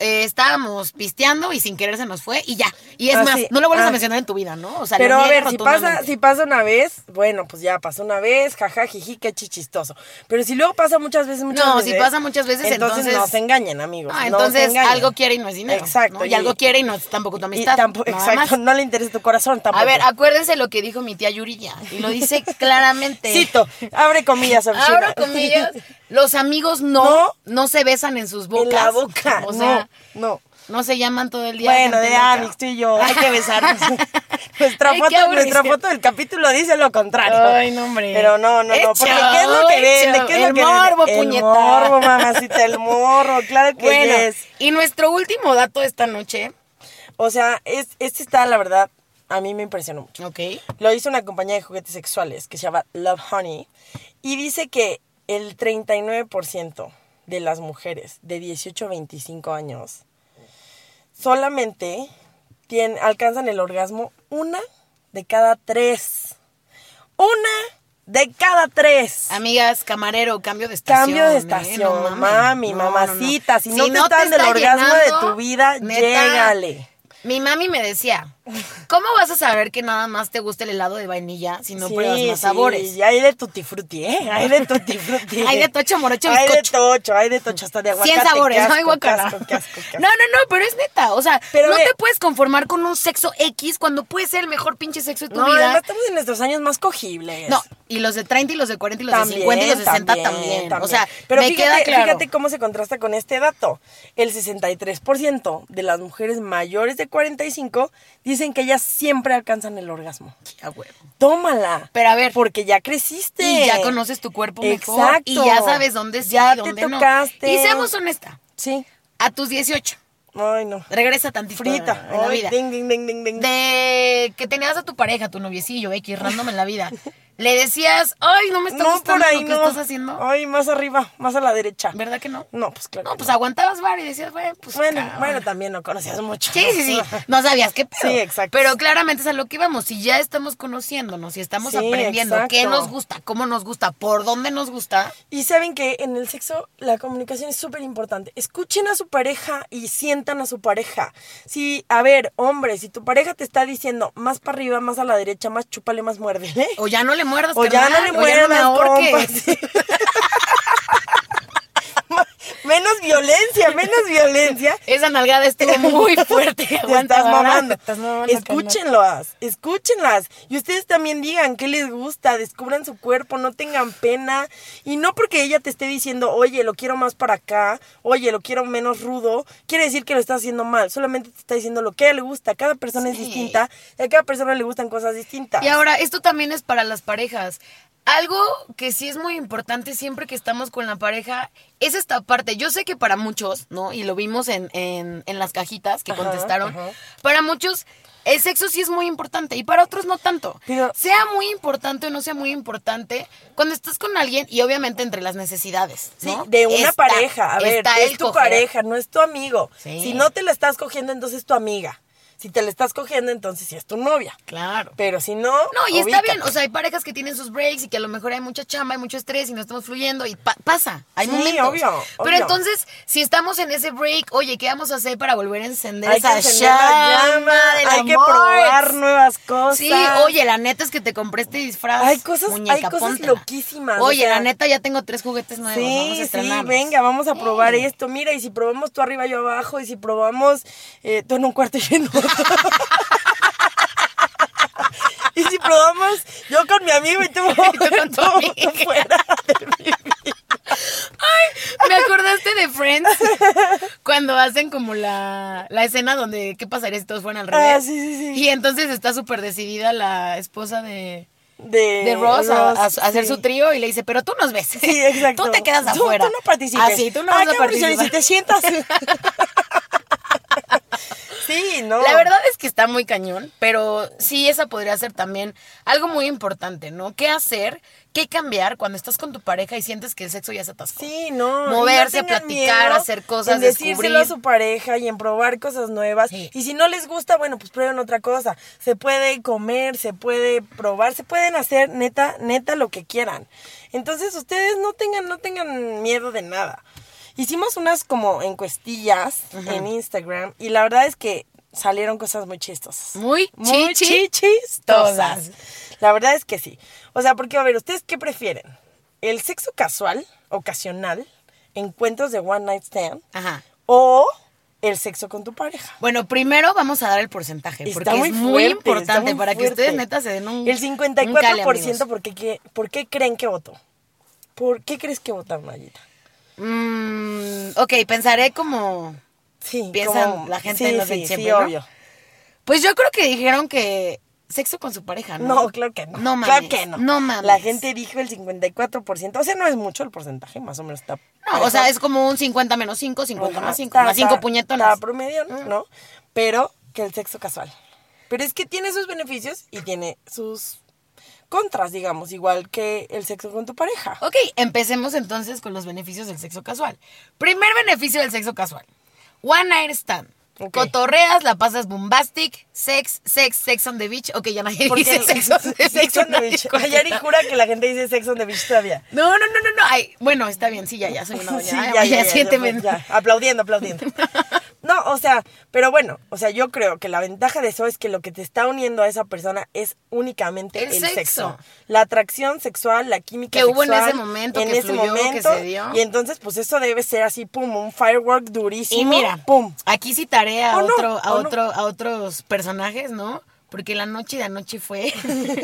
Speaker 2: eh, estábamos pisteando y sin querer se nos fue y ya. Y es
Speaker 1: Ah,
Speaker 2: más,
Speaker 1: sí.
Speaker 2: no lo vuelves a
Speaker 1: Ah.
Speaker 2: mencionar en tu vida, ¿no? O sea, lo
Speaker 1: Pero a
Speaker 2: niegas
Speaker 1: ver, si pasa,
Speaker 2: rotundamente.
Speaker 1: si pasa una vez, bueno, pues ya pasó una vez, jaja, jiji, qué chistoso. Pero si luego pasa muchas veces, muchas
Speaker 2: No, si
Speaker 1: veces.
Speaker 2: pasa muchas veces, entonces-
Speaker 1: no se engañen, amigos.
Speaker 2: Ah,
Speaker 1: no se
Speaker 2: entonces
Speaker 1: engañen.
Speaker 2: algo quiere y no es dinero.
Speaker 1: Exacto.
Speaker 2: ¿no? Y, algo quiere y no es tampoco tu
Speaker 1: y
Speaker 2: amistad.
Speaker 1: tampoco-
Speaker 2: nada más.
Speaker 1: exacto, no le interesa tu corazón tampoco.
Speaker 2: A ver, acuérdense lo que dijo mi tía Yuriya. Y lo dice claramente.
Speaker 1: Cito, abre comillas, Abshira.
Speaker 2: Ahora comillas, los amigos no, no,
Speaker 1: No.
Speaker 2: se besan en sus bocas.
Speaker 1: En la boca.
Speaker 2: O sea,
Speaker 1: no, no.
Speaker 2: no, se llaman todo el día.
Speaker 1: Bueno,
Speaker 2: gente
Speaker 1: de
Speaker 2: loca.
Speaker 1: Amix, tú y yo, hay que besarnos. nuestra,
Speaker 2: Ay, qué
Speaker 1: foto, nuestra
Speaker 2: aburrición.
Speaker 1: foto del capítulo dice lo contrario.
Speaker 2: Ay, no, hombre.
Speaker 1: Pero no, no, no. Porque
Speaker 2: Hecho,
Speaker 1: ¿qué es lo que vende?
Speaker 2: hecho.
Speaker 1: ¿Qué es lo
Speaker 2: El
Speaker 1: que
Speaker 2: morbo,
Speaker 1: vende?
Speaker 2: puñeta.
Speaker 1: El morbo, mamacita, el morbo, claro que
Speaker 2: Bueno,
Speaker 1: yes.
Speaker 2: y nuestro último dato de esta noche,
Speaker 1: O sea, es, este está, la verdad, a mí me impresionó mucho.
Speaker 2: ¿ok?
Speaker 1: Lo hizo una compañía de juguetes sexuales que se llama Love Honey y dice que el 39% de las mujeres de 18 a 25 años solamente tienen, alcanzan el orgasmo una de cada tres. Una de cada tres.
Speaker 2: Amigas, camarero, cambio de Ah, estación.
Speaker 1: Cambio de
Speaker 2: ¿eh? No
Speaker 1: estación,
Speaker 2: mames.
Speaker 1: mami,
Speaker 2: No, no, no.
Speaker 1: mamacita. Si, no te
Speaker 2: está
Speaker 1: están del orgasmo de
Speaker 2: llenando,
Speaker 1: tu vida,
Speaker 2: neta,
Speaker 1: llégale.
Speaker 2: Mi mami me decía, ¿Cómo vas a saber que nada más te gusta el helado de vainilla si no pruebas más sabores?
Speaker 1: Y hay de tutti frutti, ¿eh? Hay de tutti frutti.
Speaker 2: Hay de tocho, morocho,
Speaker 1: Hay de
Speaker 2: bizcocho.
Speaker 1: tocho, hay de tocho, hasta de aguacate.
Speaker 2: 100 sabores,
Speaker 1: qué
Speaker 2: no
Speaker 1: asco,
Speaker 2: hay guacala.
Speaker 1: qué asco, qué asco, qué asco.
Speaker 2: No, no, no, pero es neta. O sea,
Speaker 1: Pero
Speaker 2: no
Speaker 1: ve-
Speaker 2: te puedes conformar con un sexo X cuando puede ser el mejor pinche sexo de tu
Speaker 1: No,
Speaker 2: vida.
Speaker 1: además estamos en nuestros años más cogibles.
Speaker 2: No, y los de 30 y los de 40 y los de 50 y los de 60 también. O sea,
Speaker 1: pero
Speaker 2: me
Speaker 1: fíjate,
Speaker 2: queda claro.
Speaker 1: fíjate cómo se contrasta con este dato. El 63% de las mujeres mayores de 45 dicen que ellas siempre alcanzan el orgasmo.
Speaker 2: Ya, huevo.
Speaker 1: Tómala.
Speaker 2: Pero a ver.
Speaker 1: porque ya creciste.
Speaker 2: Y ya conoces tu cuerpo mejor.
Speaker 1: Exacto.
Speaker 2: Y ya sabes dónde sí
Speaker 1: Ya
Speaker 2: y dónde
Speaker 1: te
Speaker 2: no.
Speaker 1: tocaste.
Speaker 2: Y seamos honesta,
Speaker 1: Sí.
Speaker 2: a tus 18,
Speaker 1: Ay, no.
Speaker 2: regresa tantito
Speaker 1: Frita.
Speaker 2: en la
Speaker 1: Ay,
Speaker 2: vida.
Speaker 1: ding, ding, ding, ding, ding.
Speaker 2: De que tenías a tu pareja, tu noviecillo, X, random en la vida. Le decías, ay, no me está
Speaker 1: no,
Speaker 2: gustando
Speaker 1: por ahí
Speaker 2: lo que
Speaker 1: no.
Speaker 2: estás haciendo.
Speaker 1: Ay, más arriba, más a la derecha.
Speaker 2: ¿Verdad que no?
Speaker 1: No, pues claro.
Speaker 2: No,
Speaker 1: que
Speaker 2: pues aguantabas bar y decías, bueno, pues.
Speaker 1: Bueno,
Speaker 2: cabrón".
Speaker 1: bueno, también no conocías mucho.
Speaker 2: Sí, sí, sí. No sabías qué pedo.
Speaker 1: Sí, exacto.
Speaker 2: Pero claramente es a lo que íbamos. Si ya estamos conociéndonos y estamos
Speaker 1: Sí,
Speaker 2: aprendiendo qué
Speaker 1: exacto.
Speaker 2: nos gusta, cómo nos gusta, por dónde nos gusta.
Speaker 1: Y saben que en el sexo la comunicación es súper importante. Escuchen a su pareja y sientan a su pareja. Si, a ver, hombre, si tu pareja te está diciendo más para arriba, más a la derecha, más chúpale, más muérdele.
Speaker 2: O ya no le muerdas,
Speaker 1: O ya no
Speaker 2: carnal,
Speaker 1: le
Speaker 2: o ya no me
Speaker 1: muerdas, compa,
Speaker 2: ahorques.
Speaker 1: sí. menos violencia, menos violencia.
Speaker 2: Esa nalgada estuvo muy fuerte.
Speaker 1: Te
Speaker 2: aguanta,
Speaker 1: estás
Speaker 2: ¿verdad?
Speaker 1: mamando.
Speaker 2: Te estás mamando, carnal.
Speaker 1: escúchenlas, escúchenlas. Y ustedes también digan qué les gusta, descubran su cuerpo, no tengan pena. Y no porque ella te esté diciendo, oye, lo quiero más para acá, oye, lo quiero menos rudo, quiere decir que lo estás haciendo mal. Solamente te está diciendo lo que a ella le gusta. A Cada persona es
Speaker 2: Sí.
Speaker 1: distinta y a cada persona le gustan cosas distintas.
Speaker 2: Y ahora, esto también es para las parejas. Algo que sí es muy importante siempre que estamos con la pareja es esta parte. Yo sé que para muchos, ¿no? Y lo vimos en, en- en las cajitas que
Speaker 1: Ajá,
Speaker 2: contestaron.
Speaker 1: ajá.
Speaker 2: Para muchos, el sexo sí es muy importante y para otros no tanto.
Speaker 1: Pero-
Speaker 2: sea muy importante o no sea muy importante, cuando estás con alguien y obviamente entre las necesidades.
Speaker 1: Sí,
Speaker 2: ¿no?
Speaker 1: de una
Speaker 2: Está-
Speaker 1: pareja. A ver,
Speaker 2: está
Speaker 1: es
Speaker 2: el
Speaker 1: tu
Speaker 2: coger.
Speaker 1: pareja, no es tu amigo.
Speaker 2: Sí.
Speaker 1: Si no te la estás cogiendo, entonces es tu amiga. Si te la estás cogiendo, entonces sí es tu novia.
Speaker 2: Claro.
Speaker 1: Pero si no.
Speaker 2: No, y está
Speaker 1: ubícate.
Speaker 2: bien, o sea, hay parejas que tienen sus breaks y que a lo mejor hay mucha chamba, hay mucho estrés y no estamos fluyendo y pa- pasa, hay
Speaker 1: Sí,
Speaker 2: momentos.
Speaker 1: obvio,
Speaker 2: Pero
Speaker 1: obvio.
Speaker 2: entonces, si estamos en ese break, oye, ¿qué vamos a hacer para volver a encender
Speaker 1: Hay que
Speaker 2: esa
Speaker 1: encender la
Speaker 2: llama
Speaker 1: llama,
Speaker 2: del
Speaker 1: hay que
Speaker 2: amor?
Speaker 1: probar nuevas cosas.
Speaker 2: Sí, oye, la neta es que te compré este disfraz.
Speaker 1: Hay cosas-
Speaker 2: muñeca,
Speaker 1: hay cosas
Speaker 2: póntela.
Speaker 1: loquísimas, o
Speaker 2: Oye,
Speaker 1: sea-
Speaker 2: la neta ya tengo tres juguetes nuevos, vamos a
Speaker 1: Sí, sí,
Speaker 2: estrenarlos.
Speaker 1: venga, vamos a probar
Speaker 2: Sí.
Speaker 1: esto. Mira, y si probamos tú arriba, yo abajo, y si probamos eh, tú en un cuarto y yo en otro. y si probamos yo con mi amigo y tú,
Speaker 2: con tu
Speaker 1: tú-
Speaker 2: amiga.
Speaker 1: tú fuera de mí.
Speaker 2: Me acordaste de Friends cuando hacen como la, la escena donde qué pasaría si todos fueran al revés.
Speaker 1: Ah, sí, sí, sí.
Speaker 2: Y entonces está súper decidida la esposa de,
Speaker 1: De,
Speaker 2: de Ross a, a- a
Speaker 1: Eh, Ross,
Speaker 2: hacer
Speaker 1: sí.
Speaker 2: su trío y le dice, pero tú nos ves.
Speaker 1: Sí, exacto.
Speaker 2: Tú te quedas
Speaker 1: Tú-
Speaker 2: afuera.
Speaker 1: Tú, no participes.
Speaker 2: Así, tú no
Speaker 1: Ah,
Speaker 2: vas a
Speaker 1: qué aburrido, y
Speaker 2: participar.
Speaker 1: si te sientas. sí, no.
Speaker 2: La verdad es que está muy cañón, pero sí, esa podría ser también algo muy importante, ¿no? ¿Qué hacer? ¿Qué cambiar cuando estás con tu pareja y sientes que el sexo ya se atascó?
Speaker 1: Sí, no.
Speaker 2: Moverse,
Speaker 1: y no tengan
Speaker 2: platicar,
Speaker 1: miedo
Speaker 2: hacer cosas,
Speaker 1: En decírselo a
Speaker 2: descubrir.
Speaker 1: su pareja y en probar cosas nuevas.
Speaker 2: Sí.
Speaker 1: Y si no les gusta, bueno, pues prueben otra cosa. Se puede comer, se puede probar, se pueden hacer neta, neta lo que quieran. Entonces ustedes no tengan, no tengan miedo de nada. Hicimos unas como encuestillas en Instagram y la verdad es que salieron cosas muy chistosas.
Speaker 2: Muy,
Speaker 1: Muy
Speaker 2: chichi.
Speaker 1: chichistosas. La verdad es que sí. O sea, porque, a ver, ¿ustedes qué prefieren? ¿El sexo casual, ocasional, encuentros de one night stand?
Speaker 2: Ajá.
Speaker 1: ¿O el sexo con tu pareja?
Speaker 2: Bueno, primero vamos a dar el porcentaje,
Speaker 1: Está
Speaker 2: Eh, porque es muy
Speaker 1: fuerte, está
Speaker 2: importante
Speaker 1: muy
Speaker 2: para que
Speaker 1: fuerte.
Speaker 2: ustedes neta se den un
Speaker 1: El
Speaker 2: un cale,
Speaker 1: 54%
Speaker 2: amigos.
Speaker 1: ¿por, qué, que- ¿por qué creen que votó? ¿Por qué crees que votaron, Mayita?
Speaker 2: Mm, ok, pensaré como...
Speaker 1: Sí,
Speaker 2: Piensan la gente en los
Speaker 1: sí,
Speaker 2: 27,
Speaker 1: sí,
Speaker 2: ¿no?
Speaker 1: obvio.
Speaker 2: Pues yo creo que dijeron que sexo con su pareja, ¿no?
Speaker 1: No, claro que no.
Speaker 2: No mames.
Speaker 1: Claro que no.
Speaker 2: No mames.
Speaker 1: La gente dijo el 54%. O sea, no es mucho el porcentaje, más o menos está.
Speaker 2: No, o sea,
Speaker 1: parejo.
Speaker 2: es como un 50 menos 5, 50
Speaker 1: Ajá,
Speaker 2: más 5,
Speaker 1: está-
Speaker 2: más 5
Speaker 1: está-
Speaker 2: puñetones.
Speaker 1: Está promedio, ¿no? Pero que el sexo casual. Pero es que tiene sus beneficios y tiene sus contras, digamos, igual que el sexo con tu pareja.
Speaker 2: Ok, empecemos entonces con los beneficios del sexo casual. Primer beneficio del sexo casual. One night stand.
Speaker 1: Ok.
Speaker 2: Cotorreas, la pasas bombastic, sex, sex, sex on the beach. Ok, ya nadie dice sex on the beach.
Speaker 1: Sex on the
Speaker 2: nadie
Speaker 1: beach.
Speaker 2: conecta.
Speaker 1: Yari jura que la gente dice sex on the beach todavía.
Speaker 2: No, no, no, no, no. Ay, bueno, está bien, sí, ya, ya soy una doña.
Speaker 1: Sí,
Speaker 2: Ay, ya, siete men-
Speaker 1: ya. Aplaudiendo, aplaudiendo. No, o sea, pero bueno, o sea, yo creo que la ventaja de eso es que lo que te está uniendo a esa persona es únicamente el,
Speaker 2: El
Speaker 1: sexo.
Speaker 2: sexo.
Speaker 1: La atracción sexual, la química
Speaker 2: Que hubo en
Speaker 1: sexual.
Speaker 2: ese momento, que fluyó, que se dio.
Speaker 1: Y entonces, pues eso debe ser así, pum, un firework durísimo.
Speaker 2: Y mira,
Speaker 1: pum.
Speaker 2: Aquí citaré a
Speaker 1: O no,
Speaker 2: otro, a
Speaker 1: o no.
Speaker 2: otro, a otros personajes, ¿no? Porque la noche de anoche fue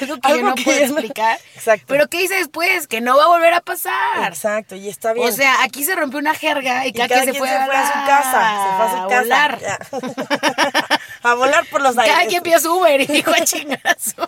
Speaker 2: algo que yo
Speaker 1: Algo
Speaker 2: no
Speaker 1: que
Speaker 2: puedo
Speaker 1: yo no-
Speaker 2: explicar.
Speaker 1: Exacto.
Speaker 2: Pero ¿qué hice después? Que no va a volver a pasar.
Speaker 1: Exacto, y está bien.
Speaker 2: O sea, aquí se rompió una jerga y,
Speaker 1: Y
Speaker 2: cada, quien se fue, a,
Speaker 1: a su
Speaker 2: la-
Speaker 1: casa, se fue a su casa.
Speaker 2: volar.
Speaker 1: ya. Pues a volar por los aires.
Speaker 2: Cada quien pidió su Uber y dijo a chingar a su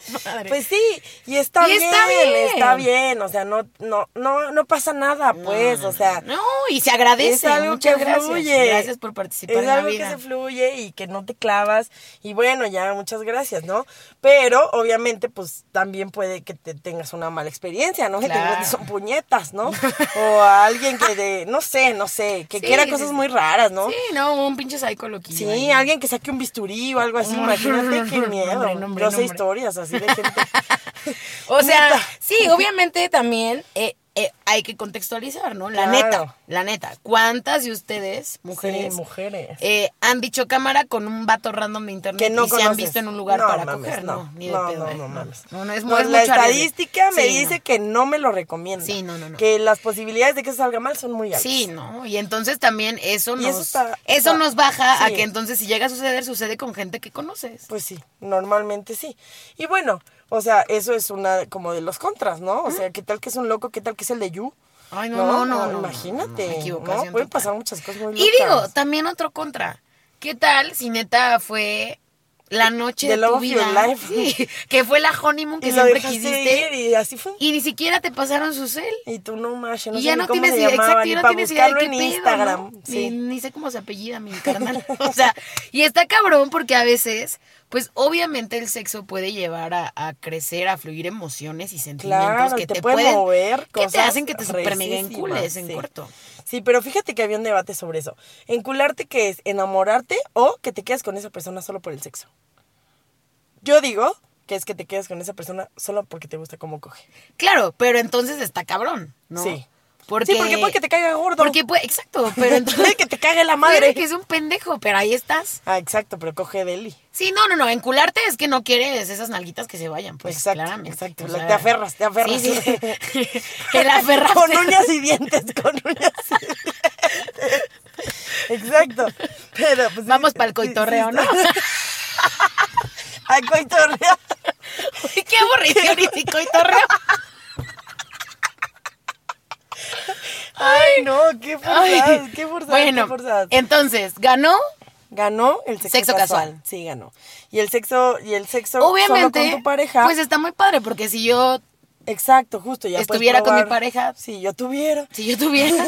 Speaker 2: madre.
Speaker 1: Pues sí, y está,
Speaker 2: Este, Y
Speaker 1: bien,
Speaker 2: está
Speaker 1: está
Speaker 2: bien.
Speaker 1: bien, o sea, no, no, no, no pasa nada, pues, o sea,
Speaker 2: no, y se agradece.
Speaker 1: es algo
Speaker 2: Muchas
Speaker 1: que
Speaker 2: gracias.
Speaker 1: fluye.
Speaker 2: Gracias por participar
Speaker 1: Es
Speaker 2: en la
Speaker 1: algo
Speaker 2: vida.
Speaker 1: que se fluye y que no te clavas, y bueno, ya, muchas gracias, ¿no? Pero, obviamente, pues, también puede que te tengas una mala experiencia, ¿no? Que te
Speaker 2: Claro.
Speaker 1: encuentres son puñetas, ¿no? o a alguien que de, no sé, no sé, que
Speaker 2: Sí,
Speaker 1: quiera
Speaker 2: sí,
Speaker 1: cosas
Speaker 2: sí.
Speaker 1: muy raras, ¿no?
Speaker 2: Sí, no, un pinche psycho loquillo.
Speaker 1: Sí,
Speaker 2: ahí.
Speaker 1: alguien que saque un bisturí o algo así, imagínate qué miedo.
Speaker 2: Nombre, nombre,
Speaker 1: Yo sé
Speaker 2: nombre.
Speaker 1: historias así de gente.
Speaker 2: O sea,
Speaker 1: Neta.
Speaker 2: sí, obviamente también eh, eh, hay que contextualizar, ¿no? La
Speaker 1: Claro.
Speaker 2: neta, la neta. ¿Cuántas de ustedes, mujeres,
Speaker 1: Sí, mujeres.
Speaker 2: eh, han dicho cámara con un vato random de internet
Speaker 1: que no
Speaker 2: y se han
Speaker 1: conoces.
Speaker 2: visto en un lugar
Speaker 1: No,
Speaker 2: para
Speaker 1: mames,
Speaker 2: coger? No, ni de pedo.
Speaker 1: No,
Speaker 2: ¿eh?
Speaker 1: no, mames.
Speaker 2: No, no, es,
Speaker 1: No,
Speaker 2: muy- es
Speaker 1: la
Speaker 2: mucho arriesgue.
Speaker 1: estadística me
Speaker 2: Sí,
Speaker 1: dice
Speaker 2: no.
Speaker 1: que no me lo recomienda.
Speaker 2: Sí, no, no, no.
Speaker 1: Que las posibilidades de que eso salga mal son muy altas.
Speaker 2: Sí, ¿no? Y entonces también eso
Speaker 1: Y
Speaker 2: nos,
Speaker 1: eso
Speaker 2: eso
Speaker 1: está-
Speaker 2: nos baja a
Speaker 1: Sí.
Speaker 2: que entonces si llega a suceder, sucede con gente que conoces.
Speaker 1: Pues sí, normalmente sí. Y bueno, o sea, eso es una como de los contras, ¿no? O sea, ¿qué tal que es un loco? ¿Qué tal que es el de You?
Speaker 2: Ay, no, no, no, no, no, no,
Speaker 1: imagínate. No,
Speaker 2: equivocación
Speaker 1: pueden
Speaker 2: total.
Speaker 1: pasar muchas cosas muy locas.
Speaker 2: Y digo, también otro contra. ¿Qué tal si neta fue la noche
Speaker 1: The
Speaker 2: de
Speaker 1: love
Speaker 2: tu
Speaker 1: of your
Speaker 2: vida?
Speaker 1: life.
Speaker 2: Sí, que fue la honeymoon que
Speaker 1: y lo
Speaker 2: siempre
Speaker 1: dejaste ir
Speaker 2: quisiste
Speaker 1: y así fue.
Speaker 2: y ni siquiera te pasaron su cel.
Speaker 1: Y tú no más, no
Speaker 2: y
Speaker 1: sé
Speaker 2: ya
Speaker 1: ni
Speaker 2: no
Speaker 1: cómo
Speaker 2: tienes
Speaker 1: se
Speaker 2: idea,
Speaker 1: llamaba,
Speaker 2: exacto,
Speaker 1: ni
Speaker 2: ya
Speaker 1: para
Speaker 2: no tienes idea de
Speaker 1: buscarlo
Speaker 2: qué
Speaker 1: en
Speaker 2: pedo, ¿no?
Speaker 1: Instagram.
Speaker 2: Ni,
Speaker 1: Sí.
Speaker 2: ni sé cómo se apellida mi carnal. O sea, y está cabrón porque a veces, pues obviamente el sexo puede llevar a, a crecer, a fluir emociones y sentimientos
Speaker 1: Claro,
Speaker 2: que
Speaker 1: te
Speaker 2: te,
Speaker 1: puede
Speaker 2: pueden
Speaker 1: mover
Speaker 2: que te
Speaker 1: cosas
Speaker 2: hacen que te super mega encules
Speaker 1: rarísimas,
Speaker 2: en
Speaker 1: sí.
Speaker 2: corto.
Speaker 1: Sí, pero fíjate que había un debate sobre eso. ¿Encularte qué es? ¿Enamorarte o que te quedas con esa persona solo por el sexo? Yo digo que es que te quedas con esa persona solo porque te gusta cómo coge.
Speaker 2: Claro, pero entonces está cabrón, ¿no?
Speaker 1: Sí.
Speaker 2: Porque,
Speaker 1: Sí, porque puede que te caiga gordo.
Speaker 2: Porque puede, exacto, pero entonces
Speaker 1: Puede que te cague la
Speaker 2: puede
Speaker 1: madre.
Speaker 2: que es un pendejo, pero ahí estás.
Speaker 1: Ah, exacto, pero coge deli.
Speaker 2: Sí, no, no, no, encularte es que no quieres esas nalguitas que se vayan, pues
Speaker 1: Exacto,
Speaker 2: claramente.
Speaker 1: exacto, la- te aferras, te aferras.
Speaker 2: Sí, sí. El aferrarse.
Speaker 1: Con uñas y dientes, con uñas y dientes. Exacto. Pero, pues,
Speaker 2: Vamos
Speaker 1: sí,
Speaker 2: para el coitorreo,
Speaker 1: sí,
Speaker 2: ¿no?
Speaker 1: sí, Al coitorreo.
Speaker 2: Uy, Qué aburrición y coitorreo.
Speaker 1: Ay, no, qué forzadas,
Speaker 2: Ay.
Speaker 1: qué forzadas,
Speaker 2: Bueno,
Speaker 1: qué forzadas.
Speaker 2: entonces, ganó
Speaker 1: Ganó el sexo,
Speaker 2: Sexo
Speaker 1: casual.
Speaker 2: casual.
Speaker 1: Sí, ganó. Y el sexo, y el sexo
Speaker 2: obviamente.
Speaker 1: solo con tu pareja.
Speaker 2: Pues está muy padre, porque si yo,
Speaker 1: exacto, justo. Ya puedes
Speaker 2: estuviera con mi
Speaker 1: probar.
Speaker 2: pareja.
Speaker 1: Si yo tuviera.
Speaker 2: si yo tuviera.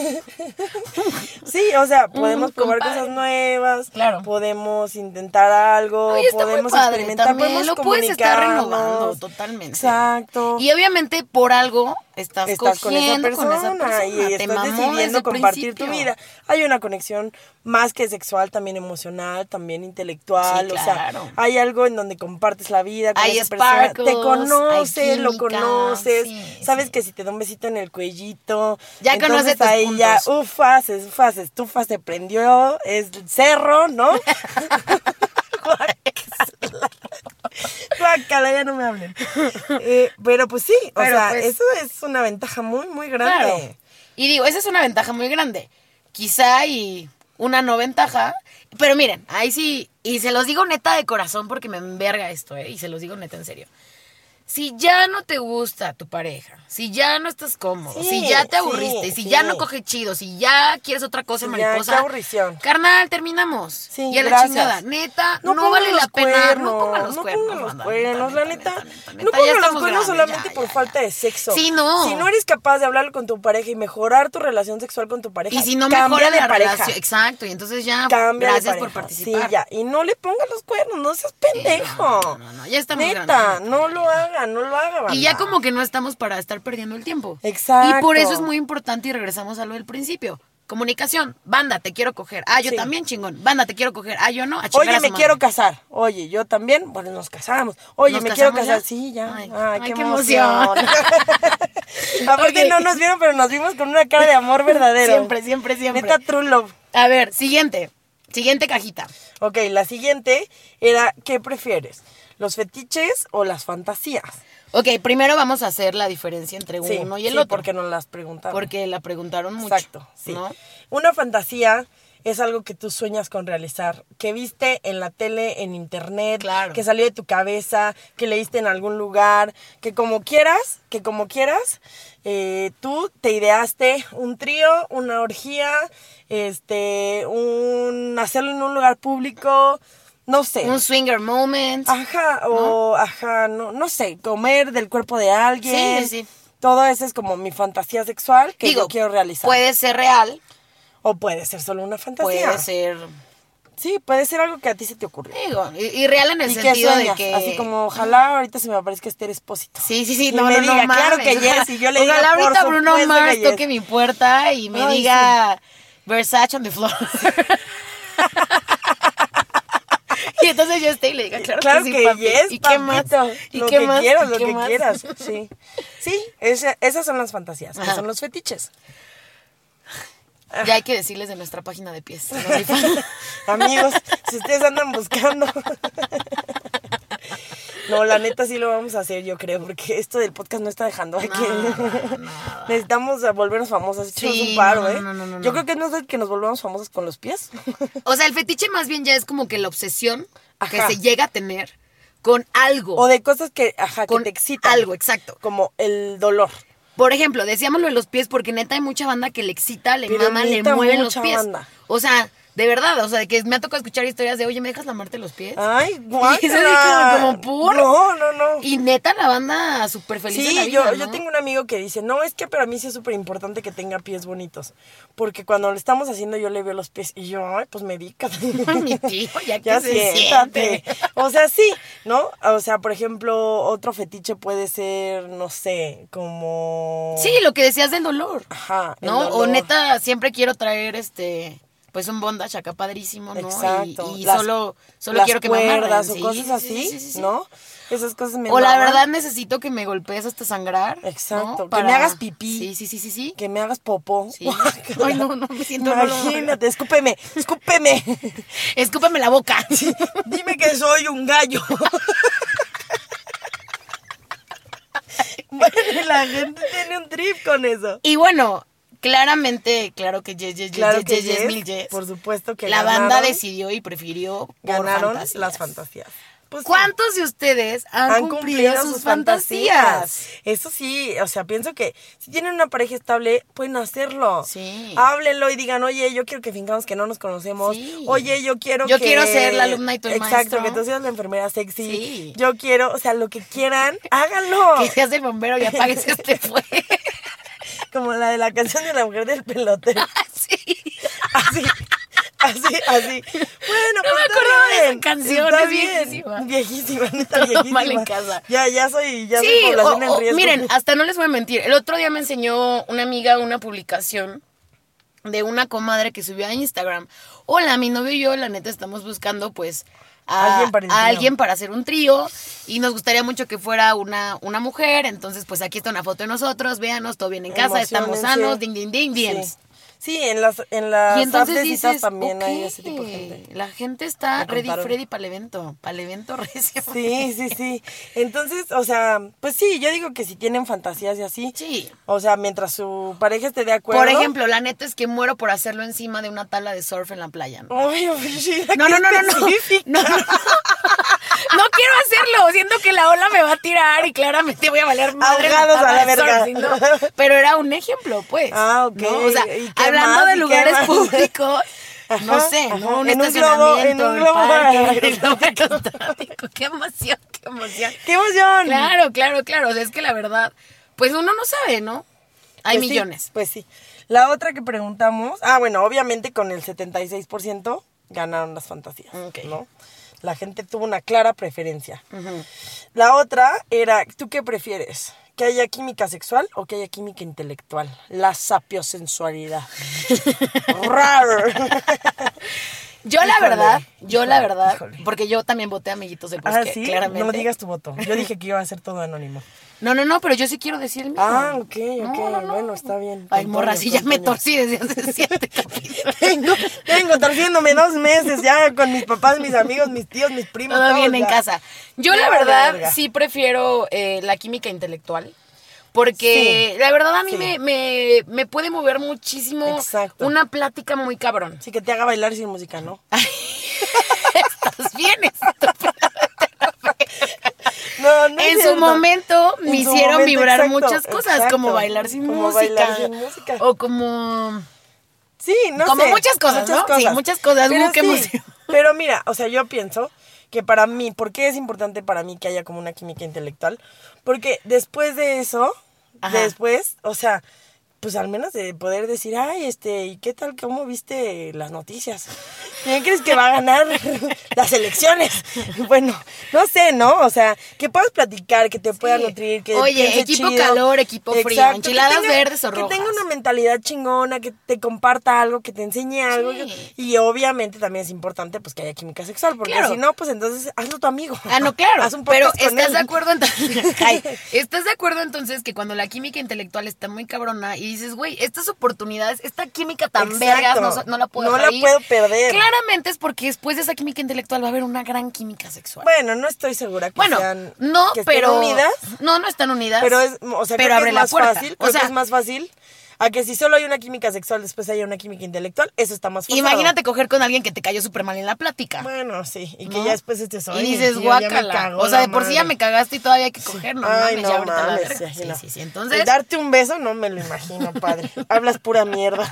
Speaker 1: Sí, o sea, podemos
Speaker 2: Mm,
Speaker 1: probar
Speaker 2: compadre.
Speaker 1: cosas nuevas,
Speaker 2: Claro.
Speaker 1: podemos intentar algo,
Speaker 2: Oye, está muy
Speaker 1: podemos
Speaker 2: padre,
Speaker 1: experimentar,
Speaker 2: también
Speaker 1: podemos
Speaker 2: lo puedes estar
Speaker 1: comunicarnos.
Speaker 2: renovando, totalmente.
Speaker 1: Exacto.
Speaker 2: Y obviamente por algo estás,
Speaker 1: estás con esa
Speaker 2: cogiendo
Speaker 1: persona,
Speaker 2: persona,
Speaker 1: y
Speaker 2: te
Speaker 1: estás
Speaker 2: mamó desde
Speaker 1: decidiendo
Speaker 2: el
Speaker 1: compartir tu
Speaker 2: principio.
Speaker 1: vida. Hay una conexión más que sexual, también emocional, también intelectual,
Speaker 2: Sí,
Speaker 1: o
Speaker 2: claro.
Speaker 1: sea, hay algo en donde compartes la vida con
Speaker 2: Hay
Speaker 1: esa persona, te
Speaker 2: sparkles,
Speaker 1: conoces,
Speaker 2: hay
Speaker 1: lo
Speaker 2: química,
Speaker 1: conoces,
Speaker 2: sí,
Speaker 1: sabes
Speaker 2: sí.
Speaker 1: que si te da un besito en el cuellito,
Speaker 2: Ya conoce
Speaker 1: entonces
Speaker 2: tus
Speaker 1: ahí ya,
Speaker 2: puntos.
Speaker 1: ufas, ufas, estufas, se prendió, es cerro, ¿no? Guácala, ya no me hablen. Eh, pero pues sí, o
Speaker 2: Pero
Speaker 1: sea,
Speaker 2: pues-
Speaker 1: eso es una ventaja muy, muy grande.
Speaker 2: Claro. Y digo, esa es una ventaja muy grande. Quizá y una no ventaja. Pero miren, ahí sí, y se los digo neta de corazón porque me enverga esto, ¿eh? Y se los digo neta en serio. Si ya no te gusta tu pareja, si ya no estás cómodo,
Speaker 1: Sí,
Speaker 2: si ya te
Speaker 1: sí,
Speaker 2: aburriste, si
Speaker 1: sí.
Speaker 2: ya no coge chido, si ya quieres otra cosa
Speaker 1: Sí, ya,
Speaker 2: mariposa,
Speaker 1: qué aburrición.
Speaker 2: carnal, terminamos.
Speaker 1: Sí,
Speaker 2: y a la
Speaker 1: gracias.
Speaker 2: chingada, neta, no,
Speaker 1: pongan
Speaker 2: vale
Speaker 1: los
Speaker 2: la pena, no
Speaker 1: cuernos,
Speaker 2: pongan los cuernos.
Speaker 1: pongan los
Speaker 2: banda,
Speaker 1: cuernos, la neta. no
Speaker 2: ya
Speaker 1: pongan los
Speaker 2: estamos
Speaker 1: cuernos
Speaker 2: grandes,
Speaker 1: solamente
Speaker 2: ya,
Speaker 1: por
Speaker 2: ya, ya.
Speaker 1: falta de sexo.
Speaker 2: Sí, no.
Speaker 1: Si no eres capaz de hablar con tu pareja y mejorar tu relación sexual con tu pareja,
Speaker 2: Y si no
Speaker 1: cambia
Speaker 2: mejora
Speaker 1: de
Speaker 2: la
Speaker 1: pareja.
Speaker 2: relación, exacto, y entonces ya
Speaker 1: Cambia de
Speaker 2: gracias por
Speaker 1: pareja.
Speaker 2: participar.
Speaker 1: Sí, ya. Y no le pongas los cuernos, no seas pendejo.
Speaker 2: no, no, no, ya estamos
Speaker 1: Neta,
Speaker 2: grandes.
Speaker 1: no lo haga, no lo haga.
Speaker 2: Y ya
Speaker 1: banda.
Speaker 2: como que no estamos para estar perdiendo el tiempo.
Speaker 1: Exacto.
Speaker 2: Y por eso es muy importante y regresamos a lo del principio. Comunicación, banda, te quiero coger. Ah, yo
Speaker 1: Sí.
Speaker 2: también chingón. Banda, te quiero coger. Ah, yo no. A chingar a
Speaker 1: Oye,
Speaker 2: su
Speaker 1: me
Speaker 2: madre.
Speaker 1: quiero casar. Oye, yo también. Bueno, nos casamos. Oye,
Speaker 2: ¿Nos
Speaker 1: me quiero
Speaker 2: casamos
Speaker 1: casar.
Speaker 2: ya?
Speaker 1: Sí, ya.
Speaker 2: Ay,
Speaker 1: Ay,
Speaker 2: ay,
Speaker 1: qué,
Speaker 2: qué
Speaker 1: emoción. Aparte,
Speaker 2: Ok.
Speaker 1: no nos vieron, pero nos vimos con una cara de amor verdadero.
Speaker 2: Siempre, siempre, siempre.
Speaker 1: Neta, true love.
Speaker 2: A ver, siguiente. Siguiente cajita.
Speaker 1: Ok, la siguiente era, ¿qué prefieres? ¿Los fetiches o las fantasías?
Speaker 2: Ok, primero vamos a hacer la diferencia entre uno y el
Speaker 1: sí,
Speaker 2: otro.
Speaker 1: porque nos las preguntaron.
Speaker 2: Porque la preguntaron mucho.
Speaker 1: Exacto, sí.
Speaker 2: ¿no?
Speaker 1: Una fantasía es algo que tú sueñas con realizar, que viste en la tele, en internet,
Speaker 2: Claro.
Speaker 1: que salió de tu cabeza, que leíste en algún lugar, que como quieras, que como quieras, eh, tú te ideaste un trío, una orgía, este, un hacerlo en un lugar público, no sé.
Speaker 2: Un swinger moment.
Speaker 1: Ajá, o ajá, no, no sé, comer del cuerpo de alguien.
Speaker 2: Sí, sí, sí.
Speaker 1: Todo eso es como mi fantasía sexual que yo quiero realizar.
Speaker 2: Puede ser real,
Speaker 1: o puede ser solo una fantasía.
Speaker 2: puede ser.
Speaker 1: Sí, puede ser algo que a ti se te ocurrió.
Speaker 2: Digo, y, y real en el
Speaker 1: Y que
Speaker 2: sentido
Speaker 1: sueñas,
Speaker 2: de que.
Speaker 1: así como ojalá ahorita se me aparezca este Espósito.
Speaker 2: Sí, sí, sí,
Speaker 1: Y
Speaker 2: no,
Speaker 1: me
Speaker 2: no,
Speaker 1: diga,
Speaker 2: no, mames.
Speaker 1: claro que yes, y yo le
Speaker 2: Ojalá
Speaker 1: diga, por
Speaker 2: ahorita Bruno
Speaker 1: supuesto
Speaker 2: Mars
Speaker 1: que yes.
Speaker 2: toque mi puerta y me
Speaker 1: Ay,
Speaker 2: diga Versace on the floor. y entonces yo estoy y le diga, claro,
Speaker 1: Claro
Speaker 2: que
Speaker 1: que,
Speaker 2: sí, papi.
Speaker 1: yes,
Speaker 2: ¿Y qué más?
Speaker 1: papito,
Speaker 2: ¿Y
Speaker 1: lo
Speaker 2: qué
Speaker 1: que
Speaker 2: más?
Speaker 1: quieras,
Speaker 2: ¿Y
Speaker 1: lo
Speaker 2: qué
Speaker 1: que
Speaker 2: más?
Speaker 1: quieras. Sí, sí esa- esas son las fantasías, que
Speaker 2: Ajá.
Speaker 1: son los fetiches.
Speaker 2: Ya hay que decirles de nuestra página de pies. ¿no?
Speaker 1: Amigos, si ustedes andan buscando. No, la neta sí lo vamos a hacer, yo creo, porque esto del podcast no está dejando aquí. Necesitamos volvernos famosos, echemos
Speaker 2: Sí,
Speaker 1: un paro,
Speaker 2: no,
Speaker 1: ¿eh?
Speaker 2: no, no, no,
Speaker 1: Yo
Speaker 2: no.
Speaker 1: creo que no es el que nos volvamos famosos con los pies.
Speaker 2: O sea, el fetiche más bien ya es como que la obsesión
Speaker 1: Ajá.
Speaker 2: que se llega a tener con algo.
Speaker 1: O de cosas que, ajá, que
Speaker 2: con
Speaker 1: te excitan.
Speaker 2: algo, exacto.
Speaker 1: Como el dolor.
Speaker 2: Por ejemplo, decíamos lo de los pies porque neta hay mucha banda que le excita, le
Speaker 1: Pero
Speaker 2: mama, le
Speaker 1: neta,
Speaker 2: mueven los
Speaker 1: mucha
Speaker 2: pies.
Speaker 1: banda.
Speaker 2: O sea, de verdad, o sea, de que me ha tocado escuchar historias de, oye, ¿me dejas lamarte los pies?
Speaker 1: Ay, guau.
Speaker 2: Y es así como, como por.
Speaker 1: No, no, no.
Speaker 2: Y neta la banda súper feliz de
Speaker 1: Sí,
Speaker 2: la vida,
Speaker 1: yo,
Speaker 2: ¿no?
Speaker 1: yo tengo un amigo que dice, no, es que para mí sí es súper importante que tenga pies bonitos, porque cuando lo estamos haciendo yo le veo los pies y yo, ay, pues medícate.
Speaker 2: Mi tío, ya que se
Speaker 1: siéntate.
Speaker 2: siente.
Speaker 1: O sea, sí, ¿no? O sea, por ejemplo, otro fetiche puede ser, no sé, como...
Speaker 2: Sí, lo que decías del dolor.
Speaker 1: Ajá, el
Speaker 2: ¿No? O
Speaker 1: dolor.
Speaker 2: neta, siempre quiero traer este. Pues un bondage acá padrísimo, ¿no? Y-
Speaker 1: Exacto.
Speaker 2: Y,
Speaker 1: Las-
Speaker 2: solo, solo
Speaker 1: las
Speaker 2: quiero que me amarren,
Speaker 1: cuerdas o
Speaker 2: sí,
Speaker 1: cosas
Speaker 2: sí, sí,
Speaker 1: así,
Speaker 2: sí, sí, sí.
Speaker 1: ¿no? Esas cosas me
Speaker 2: O la
Speaker 1: maman.
Speaker 2: verdad necesito que me golpees hasta sangrar. ¿no?
Speaker 1: Exacto, que
Speaker 2: Para-
Speaker 1: me hagas pipí.
Speaker 2: Sí, sí, sí, sí, sí.
Speaker 1: Que me hagas popó.
Speaker 2: Sí. Ay, no, no, me siento mal.
Speaker 1: Imagínate, escúpeme, escúpeme.
Speaker 2: Escúpame la boca.
Speaker 1: Dime que soy un gallo. Bueno, la gente tiene un trip con eso.
Speaker 2: Y bueno, claramente, claro que yes, yes, yes,
Speaker 1: Claro
Speaker 2: yes,
Speaker 1: que
Speaker 2: yes, yes,
Speaker 1: yes,
Speaker 2: mil yes.
Speaker 1: por supuesto que
Speaker 2: La
Speaker 1: ganaron.
Speaker 2: banda decidió y prefirió por
Speaker 1: Ganaron
Speaker 2: fantasías.
Speaker 1: las fantasías. Pues sí,
Speaker 2: ¿Cuántos de ustedes han, cumplido, sus fantasías?
Speaker 1: Eso sí, o sea, pienso que si tienen una pareja estable, pueden hacerlo.
Speaker 2: Sí.
Speaker 1: Háblenlo y digan, oye, yo quiero que fingamos que no nos conocemos.
Speaker 2: Sí.
Speaker 1: Oye, yo quiero
Speaker 2: Yo
Speaker 1: que...
Speaker 2: quiero ser la alumna y tú el
Speaker 1: Exacto,
Speaker 2: maestro.
Speaker 1: que tú seas la enfermera sexy.
Speaker 2: Sí.
Speaker 1: Yo quiero, o sea, lo que quieran, háganlo.
Speaker 2: Que seas el bombero y apagues este fuego.
Speaker 1: Como la de la canción de la mujer del pelote.
Speaker 2: sí.
Speaker 1: Así, así, así. Bueno,
Speaker 2: No
Speaker 1: pues
Speaker 2: me
Speaker 1: está
Speaker 2: acordaba de esa
Speaker 1: bien,
Speaker 2: canción,
Speaker 1: está
Speaker 2: es
Speaker 1: bien.
Speaker 2: viejísima.
Speaker 1: Viejísima, neta,
Speaker 2: Todo
Speaker 1: viejísima.
Speaker 2: mal en casa.
Speaker 1: Ya, ya soy, ya soy
Speaker 2: Sí, o-
Speaker 1: población en
Speaker 2: o-
Speaker 1: riesgo.
Speaker 2: miren, hasta no les voy a mentir. El otro día me enseñó una amiga una publicación de una comadre que subió a Instagram. Hola, mi novio y yo, la neta, estamos buscando, pues, a
Speaker 1: Alguien para el
Speaker 2: a
Speaker 1: trío.
Speaker 2: alguien para hacer un trío. Y nos gustaría mucho que fuera una, una mujer. Entonces, pues, aquí está una foto de nosotros. Véanos, todo bien en casa, estamos
Speaker 1: Emociónense.
Speaker 2: sanos. Ding, ding, ding, bien.
Speaker 1: Sí. Sí, en las, en las
Speaker 2: Y entonces
Speaker 1: apps de citas
Speaker 2: dices,
Speaker 1: también hay
Speaker 2: "Ok,
Speaker 1: ese tipo de gente.
Speaker 2: la gente está
Speaker 1: Me
Speaker 2: ready,
Speaker 1: contaron.
Speaker 2: Freddy, para el evento. Para el evento recio.
Speaker 1: Sí, sí, sí. Entonces, o sea, pues sí, yo digo que si tienen fantasías y así,
Speaker 2: Sí.
Speaker 1: o sea, mientras su pareja esté de acuerdo.
Speaker 2: Por ejemplo, la neta es que muero por hacerlo encima de una tabla de surf en la playa. No,
Speaker 1: Ay, Ofrida,
Speaker 2: no,
Speaker 1: qué
Speaker 2: no, no, no. No, no,
Speaker 1: específica.
Speaker 2: no. No quiero hacerlo. Siento que la ola me va a tirar y claramente voy a valer madre. en
Speaker 1: Ahogados
Speaker 2: tabla
Speaker 1: a la
Speaker 2: de
Speaker 1: verga.
Speaker 2: surf, ¿sí, no? Pero era un ejemplo, pues.
Speaker 1: Ah, ok.
Speaker 2: ¿no? O sea,
Speaker 1: ¿Y qué
Speaker 2: hablando
Speaker 1: más? ¿Y
Speaker 2: de
Speaker 1: qué
Speaker 2: lugares
Speaker 1: más?
Speaker 2: públicos. No
Speaker 1: Ajá,
Speaker 2: sé,
Speaker 1: ajá.
Speaker 2: ¿no? Un
Speaker 1: En un globo, en
Speaker 2: estacionamiento,
Speaker 1: un globo
Speaker 2: parque, el
Speaker 1: aerostático.
Speaker 2: globo aerostático. Qué emoción, qué emoción.
Speaker 1: ¡Qué emoción!
Speaker 2: Claro, claro, claro. O sea, es que la verdad, pues uno no sabe, ¿no? Hay
Speaker 1: Pues sí,
Speaker 2: millones.
Speaker 1: pues sí. La otra que preguntamos, ah, bueno, obviamente con el 76% ganaron las fantasías,
Speaker 2: Ok.
Speaker 1: ¿no? La gente tuvo una clara preferencia. La otra era, ¿tú qué prefieres? ¿Que haya química sexual o que haya química intelectual? La sapiosensualidad. Rar.
Speaker 2: Yo la
Speaker 1: Híjole,
Speaker 2: verdad, yo la verdad,
Speaker 1: híjole.
Speaker 2: porque yo también voté amiguitos del
Speaker 1: Ah,
Speaker 2: bosque,
Speaker 1: sí,
Speaker 2: claramente.
Speaker 1: no digas tu voto. Yo dije que iba a ser todo anónimo.
Speaker 2: No, no, no, pero yo sí quiero decir el mío.
Speaker 1: Ah, ok, ok.
Speaker 2: No, no, no.
Speaker 1: Bueno, está bien.
Speaker 2: Ay,
Speaker 1: Con
Speaker 2: morra,
Speaker 1: Toño,
Speaker 2: sí ya
Speaker 1: con
Speaker 2: me
Speaker 1: Toño.
Speaker 2: torcí desde hace siete capítulos.
Speaker 1: Tengo, tengo torciéndome dos meses ya con mis papás, mis amigos, mis tíos, mis primos.
Speaker 2: Todo
Speaker 1: todos
Speaker 2: bien en
Speaker 1: ya.
Speaker 2: casa. Yo
Speaker 1: Ya
Speaker 2: la
Speaker 1: vale
Speaker 2: verdad
Speaker 1: verga.
Speaker 2: sí prefiero eh, la química intelectual. Porque la verdad a mí
Speaker 1: sí.
Speaker 2: me, me, me puede mover muchísimo
Speaker 1: Exacto.
Speaker 2: una plática muy cabrón.
Speaker 1: Sí, que te haga bailar sin música, ¿no?
Speaker 2: Estás bien, estúpida.
Speaker 1: No, no es
Speaker 2: en su
Speaker 1: cierto.
Speaker 2: momento
Speaker 1: En
Speaker 2: me
Speaker 1: su
Speaker 2: hicieron
Speaker 1: momento,
Speaker 2: vibrar
Speaker 1: exacto,
Speaker 2: muchas cosas,
Speaker 1: exacto.
Speaker 2: como bailar sin
Speaker 1: Como
Speaker 2: música.
Speaker 1: bailar sin música.
Speaker 2: O como.
Speaker 1: Sí, no
Speaker 2: Como
Speaker 1: sé,
Speaker 2: muchas cosas, ¿no? Sí, muchas cosas, uh, qué emoción.
Speaker 1: Pero mira, o sea, yo pienso que para mí, ¿por qué es importante para mí que haya como una química intelectual? Porque después de eso,
Speaker 2: Ajá.
Speaker 1: después, o sea, pues al menos de poder decir, ay, este, ¿y qué tal? ¿Cómo viste las noticias? ¿Quién crees que va a ganar las elecciones? Bueno, no sé, ¿no? O sea, que puedas platicar, que te pueda
Speaker 2: Sí.
Speaker 1: nutrir, que
Speaker 2: Oye,
Speaker 1: piense
Speaker 2: equipo
Speaker 1: chido.
Speaker 2: calor, equipo frío,
Speaker 1: Exacto, que
Speaker 2: enchiladas verdes o
Speaker 1: Que tenga
Speaker 2: rojas.
Speaker 1: una mentalidad chingona, que te comparta algo, que te enseñe algo.
Speaker 2: Sí.
Speaker 1: Y obviamente también es importante pues que haya química sexual, porque
Speaker 2: Claro.
Speaker 1: si no, pues entonces hazlo tu amigo.
Speaker 2: Ah, no, claro.
Speaker 1: Haz un
Speaker 2: pero
Speaker 1: podcast con
Speaker 2: estás de
Speaker 1: él.
Speaker 2: acuerdo entonces. Ay, estás de acuerdo entonces que cuando la química intelectual está muy cabrona y dices, güey, estas oportunidades, esta química tan
Speaker 1: Exacto.
Speaker 2: vergas, no, so- no la puedo
Speaker 1: No la
Speaker 2: dejar ir".
Speaker 1: puedo perder.
Speaker 2: Claramente es porque después de esa química intelectual va a haber una gran química sexual.
Speaker 1: Bueno, no estoy segura que
Speaker 2: Bueno,
Speaker 1: sean
Speaker 2: no,
Speaker 1: que estén
Speaker 2: pero.
Speaker 1: unidas,
Speaker 2: No, no están unidas.
Speaker 1: pero es, o sea, creo
Speaker 2: pero
Speaker 1: que
Speaker 2: abre
Speaker 1: es
Speaker 2: la
Speaker 1: más
Speaker 2: puerta.
Speaker 1: fácil,
Speaker 2: O
Speaker 1: creo que
Speaker 2: sea-
Speaker 1: es más fácil a que si solo hay una química sexual, después haya una química intelectual, eso está más fácil.
Speaker 2: Imagínate coger con alguien que te cayó súper mal en la plática.
Speaker 1: Bueno, sí, y que
Speaker 2: ¿no?
Speaker 1: ya después este soy.
Speaker 2: Y dices,
Speaker 1: tío, ya me
Speaker 2: guácala.
Speaker 1: cagó
Speaker 2: O sea,
Speaker 1: la
Speaker 2: de por sí ya
Speaker 1: madre".
Speaker 2: me cagaste y todavía hay que coger, no
Speaker 1: Ay,
Speaker 2: mames,
Speaker 1: no
Speaker 2: ya ahorita la
Speaker 1: mames,
Speaker 2: verga.
Speaker 1: sí,
Speaker 2: Sí,
Speaker 1: no.
Speaker 2: sí, sí. Entonces,
Speaker 1: El darte un beso no me lo imagino, padre. Hablas pura mierda.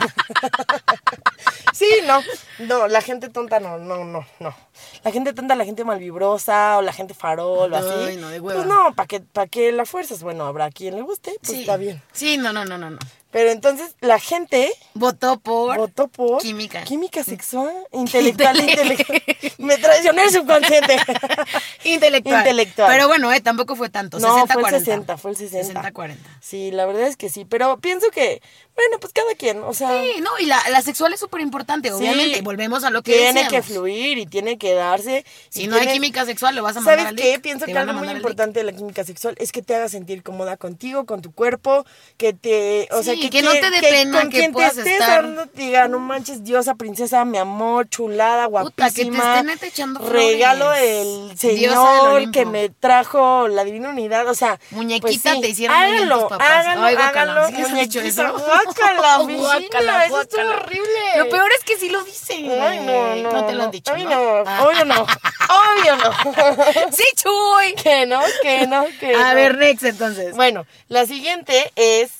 Speaker 1: sí, no. No, la gente tonta no, no, no, no. La gente tonta, la gente malvibrosa o la gente farol o así.
Speaker 2: Ay, no, de hueva.
Speaker 1: Pues no, para que, pa que la fuerzas. Bueno, habrá quien le guste, pues
Speaker 2: sí.
Speaker 1: está bien.
Speaker 2: Sí, no, no, no, no, no.
Speaker 1: Pero entonces la gente
Speaker 2: Votó por.
Speaker 1: votó por
Speaker 2: Química.
Speaker 1: química sexual, intelectual, intelectual. Me traicioné el subconsciente.
Speaker 2: Intelectual.
Speaker 1: Intelectual.
Speaker 2: Pero bueno, eh, tampoco fue tanto.
Speaker 1: No,
Speaker 2: 60,
Speaker 1: fue el
Speaker 2: 40.
Speaker 1: 60, fue el 60.
Speaker 2: 40.
Speaker 1: Sí, la verdad es que sí, pero pienso que, bueno, pues cada quien, o sea,
Speaker 2: Sí, no, y la, la sexual es súper importante, obviamente.
Speaker 1: Sí.
Speaker 2: Volvemos a lo que
Speaker 1: tiene
Speaker 2: decíamos.
Speaker 1: que fluir y tiene que darse.
Speaker 2: Si
Speaker 1: y
Speaker 2: no hay
Speaker 1: tiene-
Speaker 2: química sexual, lo vas a mandar
Speaker 1: ¿Sabes
Speaker 2: al
Speaker 1: qué?
Speaker 2: lic,
Speaker 1: Pienso
Speaker 2: te
Speaker 1: que
Speaker 2: van a
Speaker 1: algo muy
Speaker 2: mandar al lic.
Speaker 1: importante de la química sexual es que te haga sentir cómoda contigo, con tu cuerpo, que te, o sea,
Speaker 2: Sí,
Speaker 1: que,
Speaker 2: que no te dé pena,
Speaker 1: con
Speaker 2: que
Speaker 1: quien
Speaker 2: puedas
Speaker 1: te estés
Speaker 2: estar-
Speaker 1: dando, te diga, no manches, diosa, princesa, mi amor, chulada,
Speaker 2: Puta, que te
Speaker 1: guapísima.
Speaker 2: estén neta echando flores.
Speaker 1: regalo del
Speaker 2: Diosa del
Speaker 1: señor que
Speaker 2: Olimpo.
Speaker 1: me trajo la divina unidad, o sea, pues
Speaker 2: Muñequita, te hicieron muy bien
Speaker 1: háganlo,
Speaker 2: tus papás.
Speaker 1: háganlo,
Speaker 2: Ay, guácala,
Speaker 1: háganlo,
Speaker 2: ¿sí les has dicho
Speaker 1: muñequita,
Speaker 2: eso?
Speaker 1: guácala, guácala,
Speaker 2: Guácala,
Speaker 1: eso estuvo
Speaker 2: guácala.
Speaker 1: horrible.
Speaker 2: Lo peor es que sí lo dicen.
Speaker 1: Ay, no,
Speaker 2: güey.
Speaker 1: no.
Speaker 2: te lo han dicho.
Speaker 1: Ay, no,
Speaker 2: ¿no? Ah.
Speaker 1: obvio no. Obvio no.
Speaker 2: Sí, Chuy.
Speaker 1: que no, que no, que no.
Speaker 2: A ver, Rex, entonces.
Speaker 1: Bueno, la siguiente es.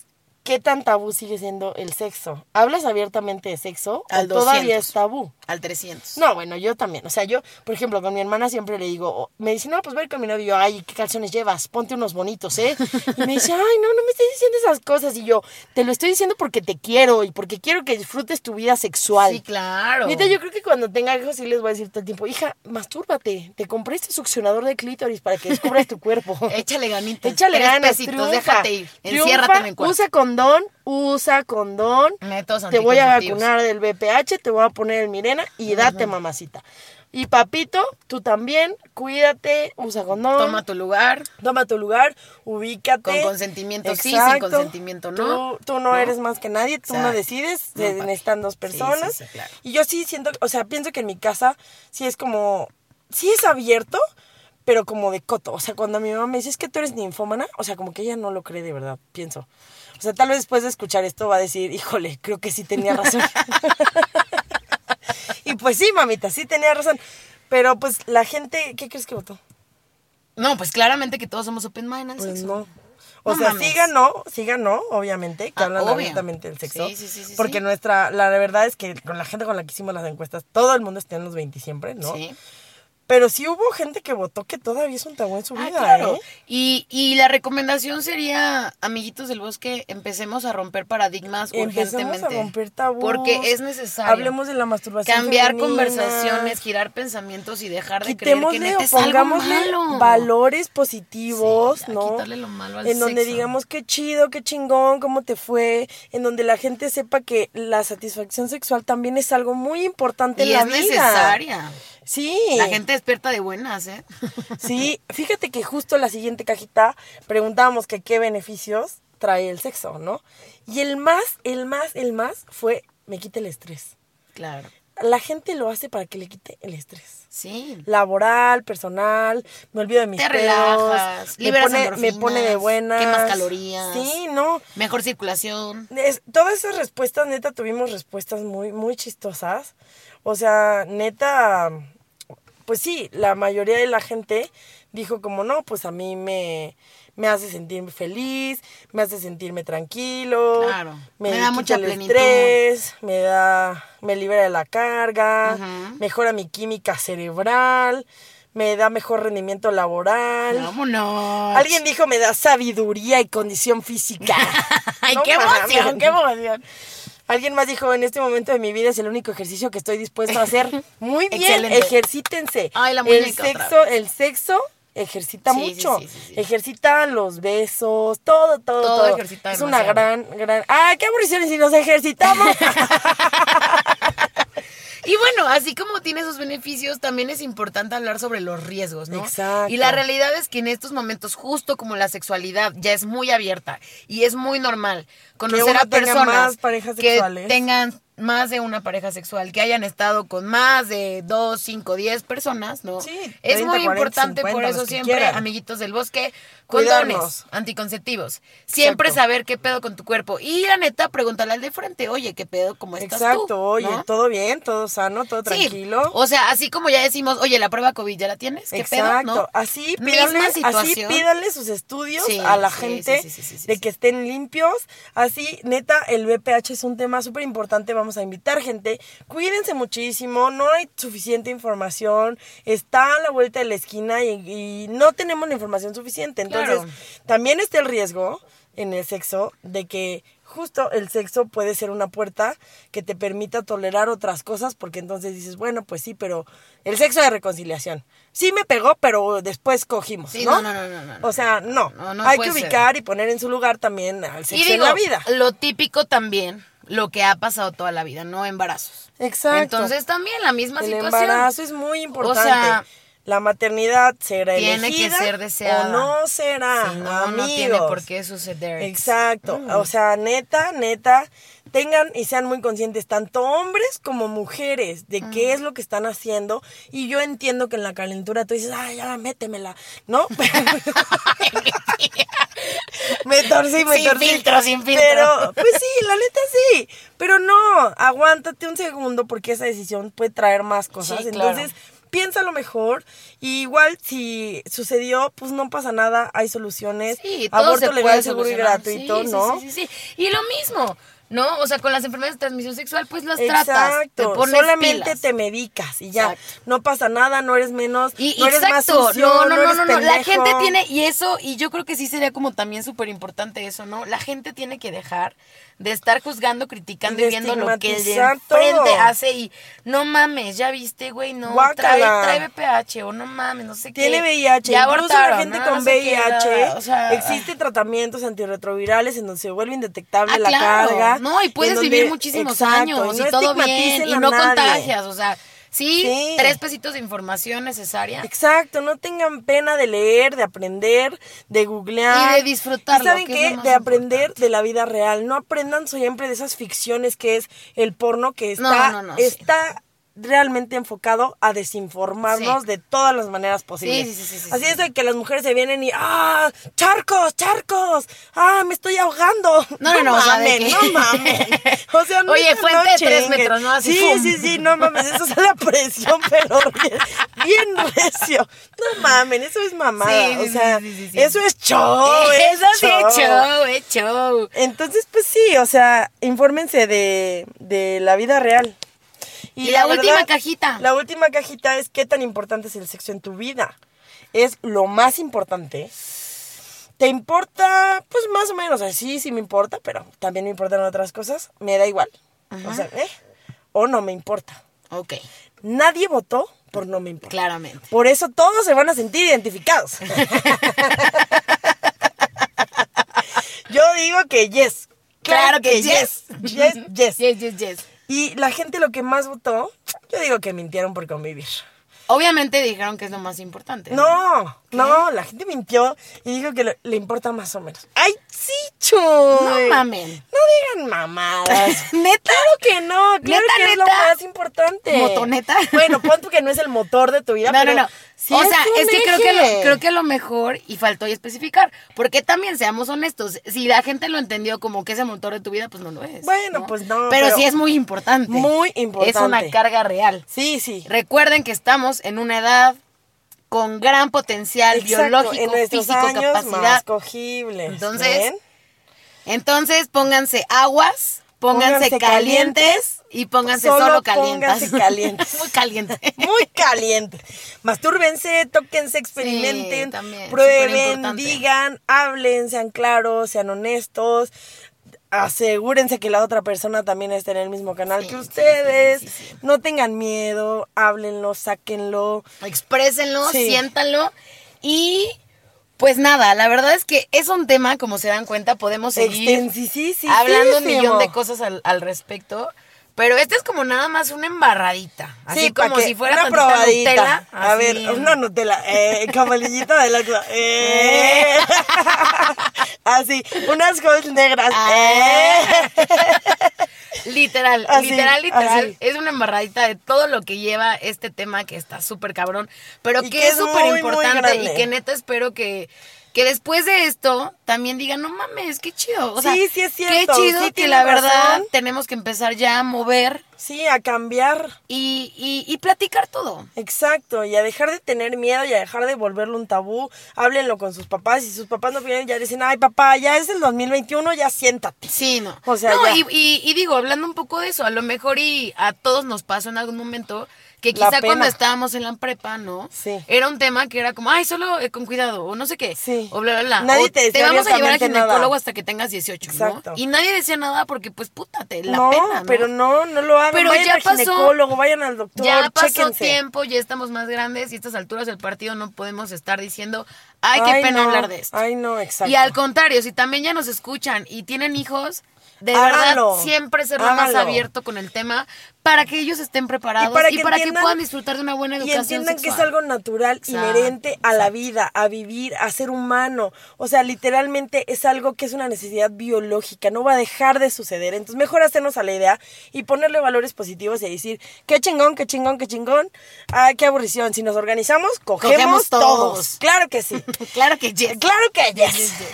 Speaker 1: ¿Qué tan tabú sigue siendo el sexo? ¿Hablas abiertamente de sexo
Speaker 2: Al
Speaker 1: o todavía
Speaker 2: 200.
Speaker 1: es tabú?
Speaker 2: Al 300.
Speaker 1: No, bueno, yo también. O sea, yo, por ejemplo, con mi hermana siempre le digo, o- me dice, no, pues voy a ir con mi novio, ay, ¿qué calzones llevas? Ponte unos bonitos, ¿eh? Y me dice, ay, no, no me estés diciendo esas cosas. Y yo, te lo estoy diciendo porque te quiero y porque quiero que disfrutes tu vida sexual.
Speaker 2: Sí, claro.
Speaker 1: Neta, yo creo que cuando tenga hijos sí les voy a decir todo el tiempo, hija, mastúrbate, te compré este succionador de clítoris para que descubras tu cuerpo.
Speaker 2: Échale ganitas.
Speaker 1: Échale
Speaker 2: Tres
Speaker 1: ganas,
Speaker 2: pesitos,
Speaker 1: triunfa,
Speaker 2: déjate ir.
Speaker 1: triunfa,
Speaker 2: Enciérrate en el cuarto.
Speaker 1: Usa condón, usa condón.
Speaker 2: Métodos
Speaker 1: Te voy a
Speaker 2: anticonceptivos.
Speaker 1: vacunar del BPH, te voy a poner el Mirena y date mamacita. Y papito, tú también, cuídate, usa condón.
Speaker 2: Toma tu lugar.
Speaker 1: Toma tu lugar, ubícate.
Speaker 2: Con consentimiento sí, sin consentimiento no.
Speaker 1: Tú, tú no,
Speaker 2: ¿No?
Speaker 1: eres más que nadie, tú no
Speaker 2: Exacto.
Speaker 1: decides,
Speaker 2: No,
Speaker 1: se
Speaker 2: papi.
Speaker 1: necesitan dos
Speaker 2: Sí, sí,
Speaker 1: personas.
Speaker 2: sí, claro.
Speaker 1: Y yo sí siento, o sea, pienso que en mi casa sí es como, sí es abierto, pero como de coto. O sea, cuando mi mamá me dice, es que tú eres ninfómana, o sea, como que ella no lo cree de verdad, pienso. O sea, tal vez después de escuchar esto va a decir, híjole, creo que sí tenía razón. y pues sí, mamita, sí tenía razón. Pero pues la gente, ¿qué crees que votó?
Speaker 2: No, pues claramente que todos somos open mind al
Speaker 1: Pues
Speaker 2: sexo.
Speaker 1: no. O
Speaker 2: No
Speaker 1: sea,
Speaker 2: mames.
Speaker 1: sí ganó, sí ganó, obviamente, que
Speaker 2: Ah,
Speaker 1: hablan
Speaker 2: obvio.
Speaker 1: abiertamente del sexo.
Speaker 2: Sí, sí, sí, sí,
Speaker 1: porque
Speaker 2: sí.
Speaker 1: nuestra, la verdad es que con la gente con la que hicimos las encuestas, todo el mundo está en los 20 siempre, ¿no?
Speaker 2: Sí.
Speaker 1: Pero sí hubo gente que votó que todavía es un tabú en su
Speaker 2: Ah,
Speaker 1: vida,
Speaker 2: claro.
Speaker 1: ¿eh?
Speaker 2: Y, y la recomendación sería, amiguitos del bosque, empecemos a romper paradigmas
Speaker 1: Empecemos a
Speaker 2: urgentemente.
Speaker 1: romper tabús.
Speaker 2: Porque es necesario.
Speaker 1: Hablemos de la masturbación
Speaker 2: Cambiar
Speaker 1: femenina.
Speaker 2: conversaciones, girar pensamientos y dejar de creer que
Speaker 1: quitémosle
Speaker 2: neta
Speaker 1: o
Speaker 2: es algo
Speaker 1: pongámosle
Speaker 2: malo.
Speaker 1: valores positivos,
Speaker 2: Sí, ya,
Speaker 1: ¿no?
Speaker 2: quitarle lo malo al
Speaker 1: en donde
Speaker 2: sexo.
Speaker 1: digamos qué chido, qué chingón, cómo te fue, en donde la gente sepa que la satisfacción sexual también es algo muy importante
Speaker 2: Y
Speaker 1: en la
Speaker 2: es
Speaker 1: vida.
Speaker 2: necesaria.
Speaker 1: Sí.
Speaker 2: La gente despierta de buenas, ¿eh?
Speaker 1: Sí, fíjate que justo la siguiente cajita preguntábamos que qué beneficios trae el sexo, ¿no? Y el más, el más, el más fue me quita el estrés.
Speaker 2: claro.
Speaker 1: La gente lo hace para que le quite el estrés.
Speaker 2: Sí.
Speaker 1: Laboral, personal, me olvido de mis
Speaker 2: Te
Speaker 1: pedos,
Speaker 2: relajas,
Speaker 1: me
Speaker 2: liberas
Speaker 1: pone, me pone de
Speaker 2: endorfinas,
Speaker 1: buenas.
Speaker 2: quemas calorías.
Speaker 1: Sí, no.
Speaker 2: Mejor circulación.
Speaker 1: Es- todas esas respuestas, neta, tuvimos respuestas muy, muy chistosas. O sea, neta, pues sí, la mayoría de la gente dijo como, no, pues a mí me, me hace sentirme feliz, me hace sentirme tranquilo.
Speaker 2: Claro. Me da
Speaker 1: quita
Speaker 2: mucha
Speaker 1: el
Speaker 2: plenitud.
Speaker 1: estrés, me da, me libera de la carga,
Speaker 2: Ujú.
Speaker 1: mejora mi química cerebral, me da mejor rendimiento laboral.
Speaker 2: Vámonos.
Speaker 1: Alguien dijo me da sabiduría y condición física.
Speaker 2: Ay, qué
Speaker 1: mames,
Speaker 2: emoción.
Speaker 1: qué emoción. Alguien más dijo, en este momento de mi vida es el único ejercicio que estoy dispuesto a hacer. Muy bien,
Speaker 2: Excelente.
Speaker 1: ejercítense.
Speaker 2: Ay, la
Speaker 1: el
Speaker 2: muñeca otra
Speaker 1: sexo, el sexo ejercita
Speaker 2: Sí, sí,
Speaker 1: mucho.
Speaker 2: sí, sí, sí.
Speaker 1: Ejercita los besos, todo, todo,
Speaker 2: Todo
Speaker 1: todo.
Speaker 2: ejercita
Speaker 1: es una
Speaker 2: demasiado.
Speaker 1: gran, gran. ¡Ah, qué aburrición si nos ejercitamos!
Speaker 2: Y bueno, así como tiene sus beneficios, también es importante hablar sobre los riesgos, ¿no?
Speaker 1: Exacto.
Speaker 2: Y la realidad es que en estos momentos, justo como la sexualidad ya es muy abierta y es muy normal conocer
Speaker 1: uno
Speaker 2: a
Speaker 1: tenga
Speaker 2: personas
Speaker 1: más parejas sexuales.
Speaker 2: que tengan más de una pareja sexual, que hayan estado con más de dos, cinco, diez personas, ¿no?
Speaker 1: Sí,
Speaker 2: es
Speaker 1: 30,
Speaker 2: muy
Speaker 1: 40,
Speaker 2: importante,
Speaker 1: 50,
Speaker 2: por eso
Speaker 1: los que
Speaker 2: siempre,
Speaker 1: quieran.
Speaker 2: amiguitos del bosque,
Speaker 1: Cuidarnos.
Speaker 2: condones, anticonceptivos. Siempre
Speaker 1: Exacto.
Speaker 2: saber qué pedo con tu cuerpo. Y la neta, pregúntale al de frente, oye, qué pedo, cómo estás
Speaker 1: Exacto,
Speaker 2: Pues tú,
Speaker 1: oye,
Speaker 2: ¿no?
Speaker 1: todo bien, todo sano, todo
Speaker 2: Sí,
Speaker 1: tranquilo.
Speaker 2: O sea, así como ya decimos, oye, la prueba COVID ya la tienes, ¿qué pedo?
Speaker 1: Exacto.
Speaker 2: ¿no?
Speaker 1: Así
Speaker 2: Misma
Speaker 1: pídanle, así
Speaker 2: situación.
Speaker 1: pídanle sus estudios
Speaker 2: Sí,
Speaker 1: a la
Speaker 2: sí,
Speaker 1: gente
Speaker 2: sí, sí, sí, sí,
Speaker 1: de
Speaker 2: sí.
Speaker 1: que estén limpios. Así, neta, el VPH es un tema súper importante. Vamos a invitar gente. Cuídense muchísimo. No hay suficiente información. Está a la vuelta de la esquina y, y no tenemos la información suficiente. Entonces,
Speaker 2: Claro.
Speaker 1: también está el riesgo en el sexo de que justo el sexo puede ser una puerta que te permita tolerar otras cosas porque entonces dices, bueno, pues sí, pero el sexo de reconciliación. Sí me pegó, pero después cogimos,
Speaker 2: Sí,
Speaker 1: ¿no?
Speaker 2: no, no, no, no, no,
Speaker 1: O sea, no.
Speaker 2: no, no
Speaker 1: Hay
Speaker 2: puede
Speaker 1: que
Speaker 2: ser.
Speaker 1: ubicar y poner en su lugar también al sexo
Speaker 2: Y digo,
Speaker 1: en la vida.
Speaker 2: lo típico también, lo que ha pasado toda la vida, no embarazos.
Speaker 1: Exacto.
Speaker 2: Entonces también la misma
Speaker 1: el
Speaker 2: situación.
Speaker 1: embarazo es muy importante.
Speaker 2: sea,
Speaker 1: la maternidad será
Speaker 2: tiene que
Speaker 1: elegida
Speaker 2: ser deseada.
Speaker 1: o no será.
Speaker 2: Sí, no, no tiene
Speaker 1: amigos.
Speaker 2: por qué suceder.
Speaker 1: Exacto.
Speaker 2: Mm.
Speaker 1: O sea, neta, neta, tengan y sean muy conscientes, tanto hombres como mujeres, de
Speaker 2: Mm.
Speaker 1: qué es lo que están haciendo. Y yo entiendo que en la calentura tú dices, ay, ya métemela. ¿No? me torcí, me
Speaker 2: Sin
Speaker 1: torcí.
Speaker 2: filtro, sin filtro.
Speaker 1: Pero, pues sí, la neta sí. Pero no, aguántate un segundo porque esa decisión puede traer más cosas.
Speaker 2: Sí, claro.
Speaker 1: Entonces, piénsalo mejor. Y igual si sucedió, pues no pasa nada, hay soluciones.
Speaker 2: Sí, todo
Speaker 1: Aborto
Speaker 2: se puede
Speaker 1: legal, seguro y
Speaker 2: solucionar.
Speaker 1: gratuito,
Speaker 2: Sí, sí,
Speaker 1: ¿no?
Speaker 2: Sí, sí, sí. Y lo mismo, ¿no? O sea, con las enfermedades de transmisión sexual, pues las tratas. Te
Speaker 1: Exacto,
Speaker 2: pones
Speaker 1: solamente
Speaker 2: pilas.
Speaker 1: te medicas y ya,
Speaker 2: Exacto.
Speaker 1: no pasa nada, no eres menos,
Speaker 2: Y,
Speaker 1: no eres más
Speaker 2: exacto,
Speaker 1: sucio,
Speaker 2: no, no, no,
Speaker 1: eres
Speaker 2: no, no, la
Speaker 1: pendejo.
Speaker 2: gente tiene, y eso, y yo creo que sí sería como también súper importante eso, ¿no? La gente tiene que dejar de estar juzgando, criticando
Speaker 1: Y
Speaker 2: y,
Speaker 1: de
Speaker 2: viendo lo que el de
Speaker 1: estigmatizar
Speaker 2: enfrente
Speaker 1: todo.
Speaker 2: hace y no mames, ya viste, güey, no,
Speaker 1: Guácala.
Speaker 2: trae, trae VPH o no mames, no sé
Speaker 1: Tiene
Speaker 2: qué.
Speaker 1: VIH,
Speaker 2: Ya
Speaker 1: incluso la
Speaker 2: abortaron,
Speaker 1: gente
Speaker 2: no,
Speaker 1: con
Speaker 2: no sé qué,
Speaker 1: VIH,
Speaker 2: bla, bla, o sea,
Speaker 1: existe tratamientos antirretrovirales en donde se vuelve indetectable
Speaker 2: Ah,
Speaker 1: la
Speaker 2: claro.
Speaker 1: carga.
Speaker 2: No, y
Speaker 1: en
Speaker 2: puedes
Speaker 1: donde-
Speaker 2: vivir muchísimos
Speaker 1: Exacto,
Speaker 2: años y,
Speaker 1: no
Speaker 2: todo
Speaker 1: estigmaticen
Speaker 2: bien y
Speaker 1: a
Speaker 2: no
Speaker 1: nadie.
Speaker 2: contagias, o sea, sí,
Speaker 1: Sí.
Speaker 2: tres pesitos de información necesaria.
Speaker 1: Exacto, no tengan pena de leer, de aprender, de googlear.
Speaker 2: Y de disfrutarlo,
Speaker 1: ¿Y saben
Speaker 2: que es lo
Speaker 1: qué?
Speaker 2: más
Speaker 1: De aprender
Speaker 2: importante.
Speaker 1: de la vida real. No aprendan siempre de esas ficciones que es el porno que está,
Speaker 2: No, no, no, sí.
Speaker 1: está realmente enfocado a desinformarnos
Speaker 2: Sí.
Speaker 1: de todas las maneras posibles.
Speaker 2: Sí, sí, sí, sí, sí,
Speaker 1: Así
Speaker 2: sí.
Speaker 1: es de que las mujeres se vienen y ¡ah! ¡Charcos! ¡Charcos! ¡Ah! ¡Me estoy ahogando!
Speaker 2: No, no, no, o sea, de
Speaker 1: mamen, no
Speaker 2: que-
Speaker 1: mamen. O sea,
Speaker 2: Oye,
Speaker 1: neta,
Speaker 2: fuente de tres
Speaker 1: chinguen.
Speaker 2: metros, ¿no? Así,
Speaker 1: sí,
Speaker 2: pum.
Speaker 1: sí, sí, no mames, eso es la presión, pero bien, bien recio. No mamen, eso es mamada.
Speaker 2: Sí, sí,
Speaker 1: o
Speaker 2: sí,
Speaker 1: sea,
Speaker 2: sí, sí, sí.
Speaker 1: eso es show. es
Speaker 2: eso sí es show, es show.
Speaker 1: Entonces, pues sí, o sea, infórmense de, de la vida real.
Speaker 2: Y, la, última
Speaker 1: verdad,
Speaker 2: cajita.
Speaker 1: La última cajita es qué tan importante es el sexo en tu vida. Es lo más importante. ¿Te importa? Pues más o menos así, sí me importa, pero también me importan otras cosas. Me da igual. O sea, ¿eh? O no me importa.
Speaker 2: Ok,
Speaker 1: Nadie votó por no me importa.
Speaker 2: claramente.
Speaker 1: Por eso todos se van a sentir identificados. Yo digo que yes.
Speaker 2: Claro que yes.
Speaker 1: Yes, yes.
Speaker 2: Yes, yes, yes.
Speaker 1: Y la gente lo que más votó, yo digo que mintieron por convivir.
Speaker 2: Obviamente dijeron que es lo más importante.
Speaker 1: No, no, la gente mintió y dijo que le, le importa más o menos. ¡Ay, sí, chuy!
Speaker 2: No mamen.
Speaker 1: No digan mamadas.
Speaker 2: ¿Neta?
Speaker 1: Claro que no, claro
Speaker 2: ¿Neta,
Speaker 1: que es lo
Speaker 2: neta?
Speaker 1: más importante.
Speaker 2: ¿Motoneta?
Speaker 1: Bueno, pon tú que no es el motor de tu vida,
Speaker 2: No, no,
Speaker 1: pero
Speaker 2: no.
Speaker 1: sí
Speaker 2: o sea,
Speaker 1: un
Speaker 2: es que creo
Speaker 1: eje.
Speaker 2: que, lo, creo que lo mejor, y faltó ahí especificar, porque también seamos honestos, si la gente lo entendió como que ese motor de tu vida, pues no lo es.
Speaker 1: Bueno, pues no,
Speaker 2: Pero,
Speaker 1: pero-
Speaker 2: sí es muy importante.
Speaker 1: Muy importante.
Speaker 2: Es una carga real.
Speaker 1: Sí, sí.
Speaker 2: Recuerden que estamos en una edad con gran potencial
Speaker 1: Exacto, en
Speaker 2: biológico,
Speaker 1: nuestros
Speaker 2: físico,
Speaker 1: años más
Speaker 2: capacidad.
Speaker 1: cogibles.
Speaker 2: Entonces,
Speaker 1: ¿ven?
Speaker 2: Entonces, pónganse aguas, pónganse,
Speaker 1: Pónganse
Speaker 2: calientes,
Speaker 1: calientes,
Speaker 2: y pónganse
Speaker 1: solo
Speaker 2: solo, calientas.
Speaker 1: pónganse calientes.
Speaker 2: muy caliente.
Speaker 1: muy caliente. Mastúrbense, tóquense, experimenten,
Speaker 2: Sí, también,
Speaker 1: prueben,
Speaker 2: superimportante.
Speaker 1: digan, hablen, sean claros, sean honestos. Asegúrense que la otra persona también esté en el mismo canal
Speaker 2: Sí,
Speaker 1: que
Speaker 2: sí,
Speaker 1: ustedes.
Speaker 2: sí, sí, sí.
Speaker 1: No tengan miedo, háblenlo, sáquenlo.
Speaker 2: exprésenlo,
Speaker 1: Sí.
Speaker 2: siéntanlo y pues nada, la verdad es que es un tema, como se dan cuenta, podemos seguir
Speaker 1: Extensisísimo.
Speaker 2: hablando un millón de cosas al, al respecto, pero esta es como nada más una embarradita, así
Speaker 1: pa'
Speaker 2: como
Speaker 1: que
Speaker 2: si fuera
Speaker 1: una
Speaker 2: tantita
Speaker 1: probadita.
Speaker 2: Nutella,
Speaker 1: A ver,
Speaker 2: así.
Speaker 1: una Nutella, eh, camalillita de la eh. así, unas hojas negras.
Speaker 2: Ah.
Speaker 1: eh.
Speaker 2: Literal,
Speaker 1: Así,
Speaker 2: literal, literal.
Speaker 1: así.
Speaker 2: Es una embarradita de todo lo que lleva este tema que está súper cabrón, pero
Speaker 1: Y
Speaker 2: que,
Speaker 1: que
Speaker 2: es
Speaker 1: es muy,
Speaker 2: súper
Speaker 1: muy
Speaker 2: importante
Speaker 1: grande.
Speaker 2: y que neta espero que, que después de esto también digan, no mames, qué chido. O sea,
Speaker 1: Sí, sí es cierto,
Speaker 2: Qué chido
Speaker 1: sí
Speaker 2: que
Speaker 1: tienen
Speaker 2: la verdad
Speaker 1: razón.
Speaker 2: tenemos que empezar ya a mover
Speaker 1: Sí, a cambiar.
Speaker 2: y, y, y platicar todo.
Speaker 1: Exacto, y a dejar de tener miedo y a dejar de volverlo un tabú. Háblenlo con sus papás. Si sus papás no vienen, ya dicen, ay, papá, ya es el 2021, ya siéntate.
Speaker 2: Sí, no.
Speaker 1: O sea,
Speaker 2: no,
Speaker 1: ya.
Speaker 2: y, y- y digo, hablando un poco de eso, a lo mejor y a todos nos pasó en algún momento que
Speaker 1: La
Speaker 2: quizá
Speaker 1: pena.
Speaker 2: cuando estábamos en la prepa, ¿no?
Speaker 1: Sí.
Speaker 2: Era un tema que era como, ay, solo eh, con cuidado, o no sé qué.
Speaker 1: Sí.
Speaker 2: O bla, bla, bla.
Speaker 1: Nadie
Speaker 2: o
Speaker 1: te decía
Speaker 2: vamos a llevar al
Speaker 1: abiertamente nada.
Speaker 2: ginecólogo hasta que tengas 18,
Speaker 1: Exacto.
Speaker 2: ¿no? Y nadie decía nada porque, pues, pútate, la
Speaker 1: no,
Speaker 2: pena, ¿no?
Speaker 1: pero no, no lo hagan.
Speaker 2: Pero
Speaker 1: vayan
Speaker 2: ya
Speaker 1: al
Speaker 2: pasó.
Speaker 1: ginecólogo, vayan al doctor,
Speaker 2: Ya pasó
Speaker 1: chéquense.
Speaker 2: tiempo, ya estamos más grandes y a estas alturas del partido no podemos estar diciendo, ay, qué
Speaker 1: Ay,
Speaker 2: pena
Speaker 1: no,
Speaker 2: hablar de esto.
Speaker 1: Ay, no, exacto.
Speaker 2: Y al contrario, si también ya nos escuchan y tienen hijos, de
Speaker 1: Háganlo,
Speaker 2: verdad siempre serlo más
Speaker 1: háganlo.
Speaker 2: abierto con el tema para que ellos estén preparados y para que,
Speaker 1: entiendan-
Speaker 2: puedan disfrutar de una buena
Speaker 1: Y
Speaker 2: educación.
Speaker 1: entiendan que es
Speaker 2: sexual.
Speaker 1: algo natural,
Speaker 2: Exacto,
Speaker 1: inherente a la vida, a vivir, a ser humano. O sea, literalmente es algo que es una necesidad biológica, no va a dejar de suceder. Entonces, mejor hacernos a la idea y ponerle valores positivos y decir, qué chingón, qué chingón, qué chingón. Ah, qué aburrición. Si nos organizamos, cogemos,
Speaker 2: Cogemos
Speaker 1: todos.
Speaker 2: todos.
Speaker 1: Claro que sí.
Speaker 2: Claro que yes.
Speaker 1: claro que yes.
Speaker 2: Yes, yes.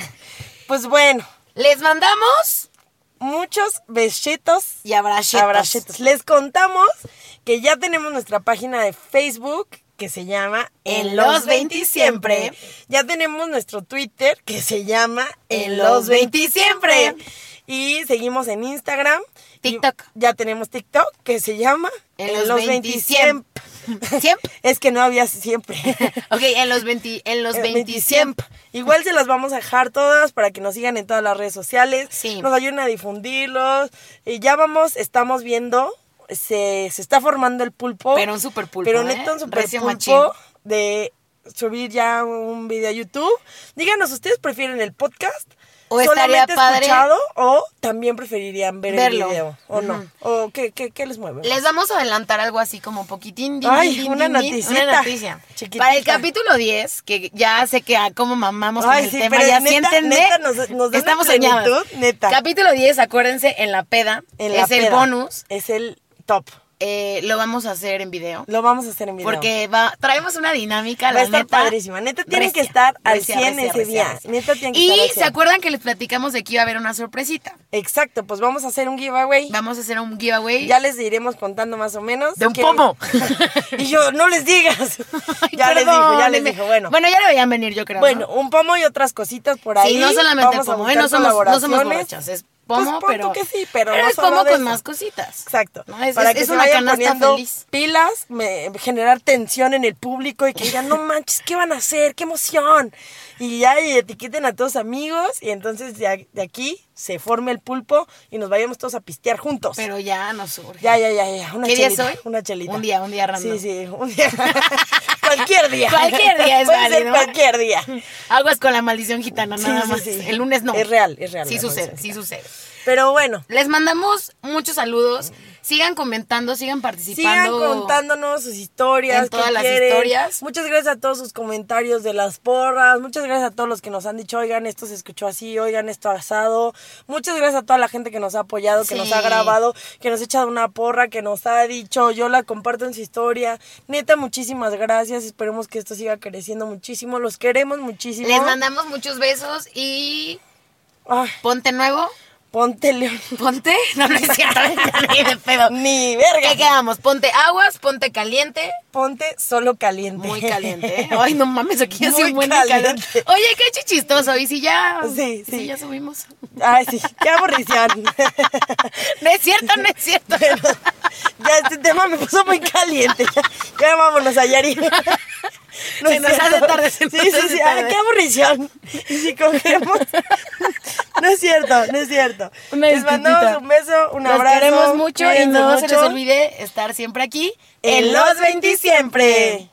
Speaker 1: Pues bueno,
Speaker 2: Les mandamos
Speaker 1: muchos besitos.
Speaker 2: y abracitos.
Speaker 1: Abracitos. Les contamos que ya tenemos nuestra página de Facebook que se llama En los 20 siempre. Ya tenemos nuestro Twitter que se llama En los 20 siempre. Y seguimos en Instagram. Y
Speaker 2: TikTok.
Speaker 1: Ya tenemos TikTok que se llama
Speaker 2: En los 20 siempre. Siempre.
Speaker 1: Es que no había siempre.
Speaker 2: Ok, en los 20, en los
Speaker 1: Eh,
Speaker 2: 20
Speaker 1: siempre. Igual se las vamos a dejar todas para que nos sigan en todas las redes sociales.
Speaker 2: Sí.
Speaker 1: Nos ayuden a difundirlos. Y ya vamos, estamos viendo. Se, se está formando el pulpo.
Speaker 2: Pero un super pulpo,
Speaker 1: Pero
Speaker 2: ¿eh?
Speaker 1: neta un super
Speaker 2: Recio
Speaker 1: pulpo
Speaker 2: machín.
Speaker 1: de subir ya un video a YouTube. Díganos, ¿ustedes prefieren el podcast?
Speaker 2: O
Speaker 1: solamente
Speaker 2: estaría padre-
Speaker 1: escuchado o también preferirían ver
Speaker 2: Verlo.
Speaker 1: el video o no o qué, qué, qué les mueve
Speaker 2: Les vamos a adelantar algo así como poquitín, din,
Speaker 1: Ay,
Speaker 2: din, din,
Speaker 1: una
Speaker 2: din, din,
Speaker 1: noticita,
Speaker 2: una noticia.
Speaker 1: chiquitita.
Speaker 2: Para el capítulo 10, que ya sé que ah, como mamamos con
Speaker 1: Ay,
Speaker 2: el
Speaker 1: sí,
Speaker 2: tema,
Speaker 1: pero
Speaker 2: ya
Speaker 1: neta,
Speaker 2: siéntenme.
Speaker 1: neta, nos- nos da
Speaker 2: Estamos
Speaker 1: una
Speaker 2: en llamas.
Speaker 1: plenitud, neta.
Speaker 2: Capítulo 10, acuérdense, en la peda.
Speaker 1: En la
Speaker 2: es el
Speaker 1: peda.
Speaker 2: bonus.
Speaker 1: es el top
Speaker 2: eh, lo vamos a hacer en video.
Speaker 1: lo vamos a hacer en video
Speaker 2: Porque va, traemos una dinámica,
Speaker 1: Va
Speaker 2: la
Speaker 1: a estar
Speaker 2: neta,
Speaker 1: padrísima. Neta, tienen que
Speaker 2: recia,
Speaker 1: estar al
Speaker 2: recia,
Speaker 1: 100
Speaker 2: recia,
Speaker 1: ese
Speaker 2: recia,
Speaker 1: día.
Speaker 2: recia.
Speaker 1: Neta, tienen que
Speaker 2: y
Speaker 1: estar al
Speaker 2: ¿se
Speaker 1: 100.
Speaker 2: acuerdan que les platicamos de que iba a haber una sorpresita?
Speaker 1: Exacto, pues vamos a hacer un giveaway.
Speaker 2: Vamos a hacer un giveaway.
Speaker 1: Ya les iremos contando más o menos.
Speaker 2: De un
Speaker 1: Que-
Speaker 2: pomo.
Speaker 1: y yo, no les digas.
Speaker 2: Ay,
Speaker 1: ya les dijo, ya les
Speaker 2: perdónenme.
Speaker 1: dijo. Bueno, bueno,
Speaker 2: Bueno, ya lo veían venir, yo creo. ¿no?
Speaker 1: un pomo y otras cositas por ahí.
Speaker 2: Sí, no solamente
Speaker 1: Vamos a
Speaker 2: como,
Speaker 1: buscar
Speaker 2: no somos, no somos
Speaker 1: colaboraciones.
Speaker 2: borrachas, es
Speaker 1: Pues
Speaker 2: pomo,
Speaker 1: pon
Speaker 2: pero.
Speaker 1: tú que sí, pero no
Speaker 2: es
Speaker 1: solo
Speaker 2: pomo
Speaker 1: de
Speaker 2: con
Speaker 1: eso.
Speaker 2: más cositas.
Speaker 1: Exacto.
Speaker 2: No, es-
Speaker 1: Para
Speaker 2: es-
Speaker 1: que
Speaker 2: es
Speaker 1: se
Speaker 2: una
Speaker 1: vayan
Speaker 2: canasta
Speaker 1: poniendo
Speaker 2: feliz.
Speaker 1: pilas, me- generar tensión en el público y que digan, no manches, ¿qué van a hacer? ¡Qué emoción! Y ya y etiqueten a todos amigos y entonces de, a- de aquí se forme el pulpo y nos vayamos todos a pistear juntos.
Speaker 2: Pero ya no surge.
Speaker 1: ya, ya, ya, ya. Una
Speaker 2: ¿Qué día
Speaker 1: chelita,
Speaker 2: es hoy?
Speaker 1: Una chelita.
Speaker 2: Un día, un día random.
Speaker 1: Sí, sí, un día. cualquier día.
Speaker 2: Cualquier día es
Speaker 1: Puede
Speaker 2: válido.
Speaker 1: ser cualquier día.
Speaker 2: Aguas con la maldición gitana,
Speaker 1: Sí,
Speaker 2: nada
Speaker 1: sí,
Speaker 2: más.
Speaker 1: sí.
Speaker 2: El lunes no.
Speaker 1: Es real, es real
Speaker 2: Sí
Speaker 1: la
Speaker 2: sucede,
Speaker 1: maldición
Speaker 2: sí sucede.
Speaker 1: Pero bueno,
Speaker 2: Les mandamos muchos saludos. Sigan comentando,
Speaker 1: Mm.
Speaker 2: sigan
Speaker 1: Sigan
Speaker 2: participando.
Speaker 1: contándonos sus historias.
Speaker 2: En todas
Speaker 1: qué
Speaker 2: las
Speaker 1: quieren.
Speaker 2: historias.
Speaker 1: Muchas gracias a todos sus comentarios de las porras. Muchas gracias a todos los que nos han dicho, oigan, esto se escuchó así, oigan, esto asado. Muchas gracias a toda la gente que nos ha apoyado, que nos
Speaker 2: Sí.
Speaker 1: ha grabado, que nos ha echado una porra, que nos ha dicho, yo la comparto en su historia. Neta, muchísimas gracias. Esperemos que esto siga creciendo muchísimo. Los queremos muchísimo.
Speaker 2: Les mandamos muchos besos y
Speaker 1: Ay,
Speaker 2: ponte nuevo.
Speaker 1: ponte león.
Speaker 2: Ponte. No, no es cierto, ya ni de pedo.
Speaker 1: Ni
Speaker 2: ¿Qué
Speaker 1: verga.
Speaker 2: quedamos? Ponte aguas, ponte caliente.
Speaker 1: Ponte solo caliente.
Speaker 2: Muy caliente. ¿eh? Ay, no mames, aquí hace
Speaker 1: Muy
Speaker 2: un buen de calor.
Speaker 1: caliente.
Speaker 2: Oye, qué chichistoso. Y si ya.
Speaker 1: Sí,
Speaker 2: y si
Speaker 1: sí.
Speaker 2: ya subimos.
Speaker 1: Ay, sí, qué aburrición.
Speaker 2: No es cierto, no es cierto.
Speaker 1: Ya este tema me puso muy caliente. Ya, ya vámonos a Yari. No
Speaker 2: Se
Speaker 1: es
Speaker 2: nos hace
Speaker 1: cierto.
Speaker 2: tarde, se nos
Speaker 1: sí, sí,
Speaker 2: hace
Speaker 1: sí.
Speaker 2: tarde.
Speaker 1: Ay, qué aburrición. Y si cogemos. No es cierto, no es cierto.
Speaker 2: Una
Speaker 1: Les mandamos
Speaker 2: disculpita.
Speaker 1: un beso, un
Speaker 2: Los
Speaker 1: abrazo.
Speaker 2: queremos mucho y
Speaker 1: cuídense
Speaker 2: no se les
Speaker 1: mucho.
Speaker 2: olvide estar siempre aquí
Speaker 1: En los 20 siempre.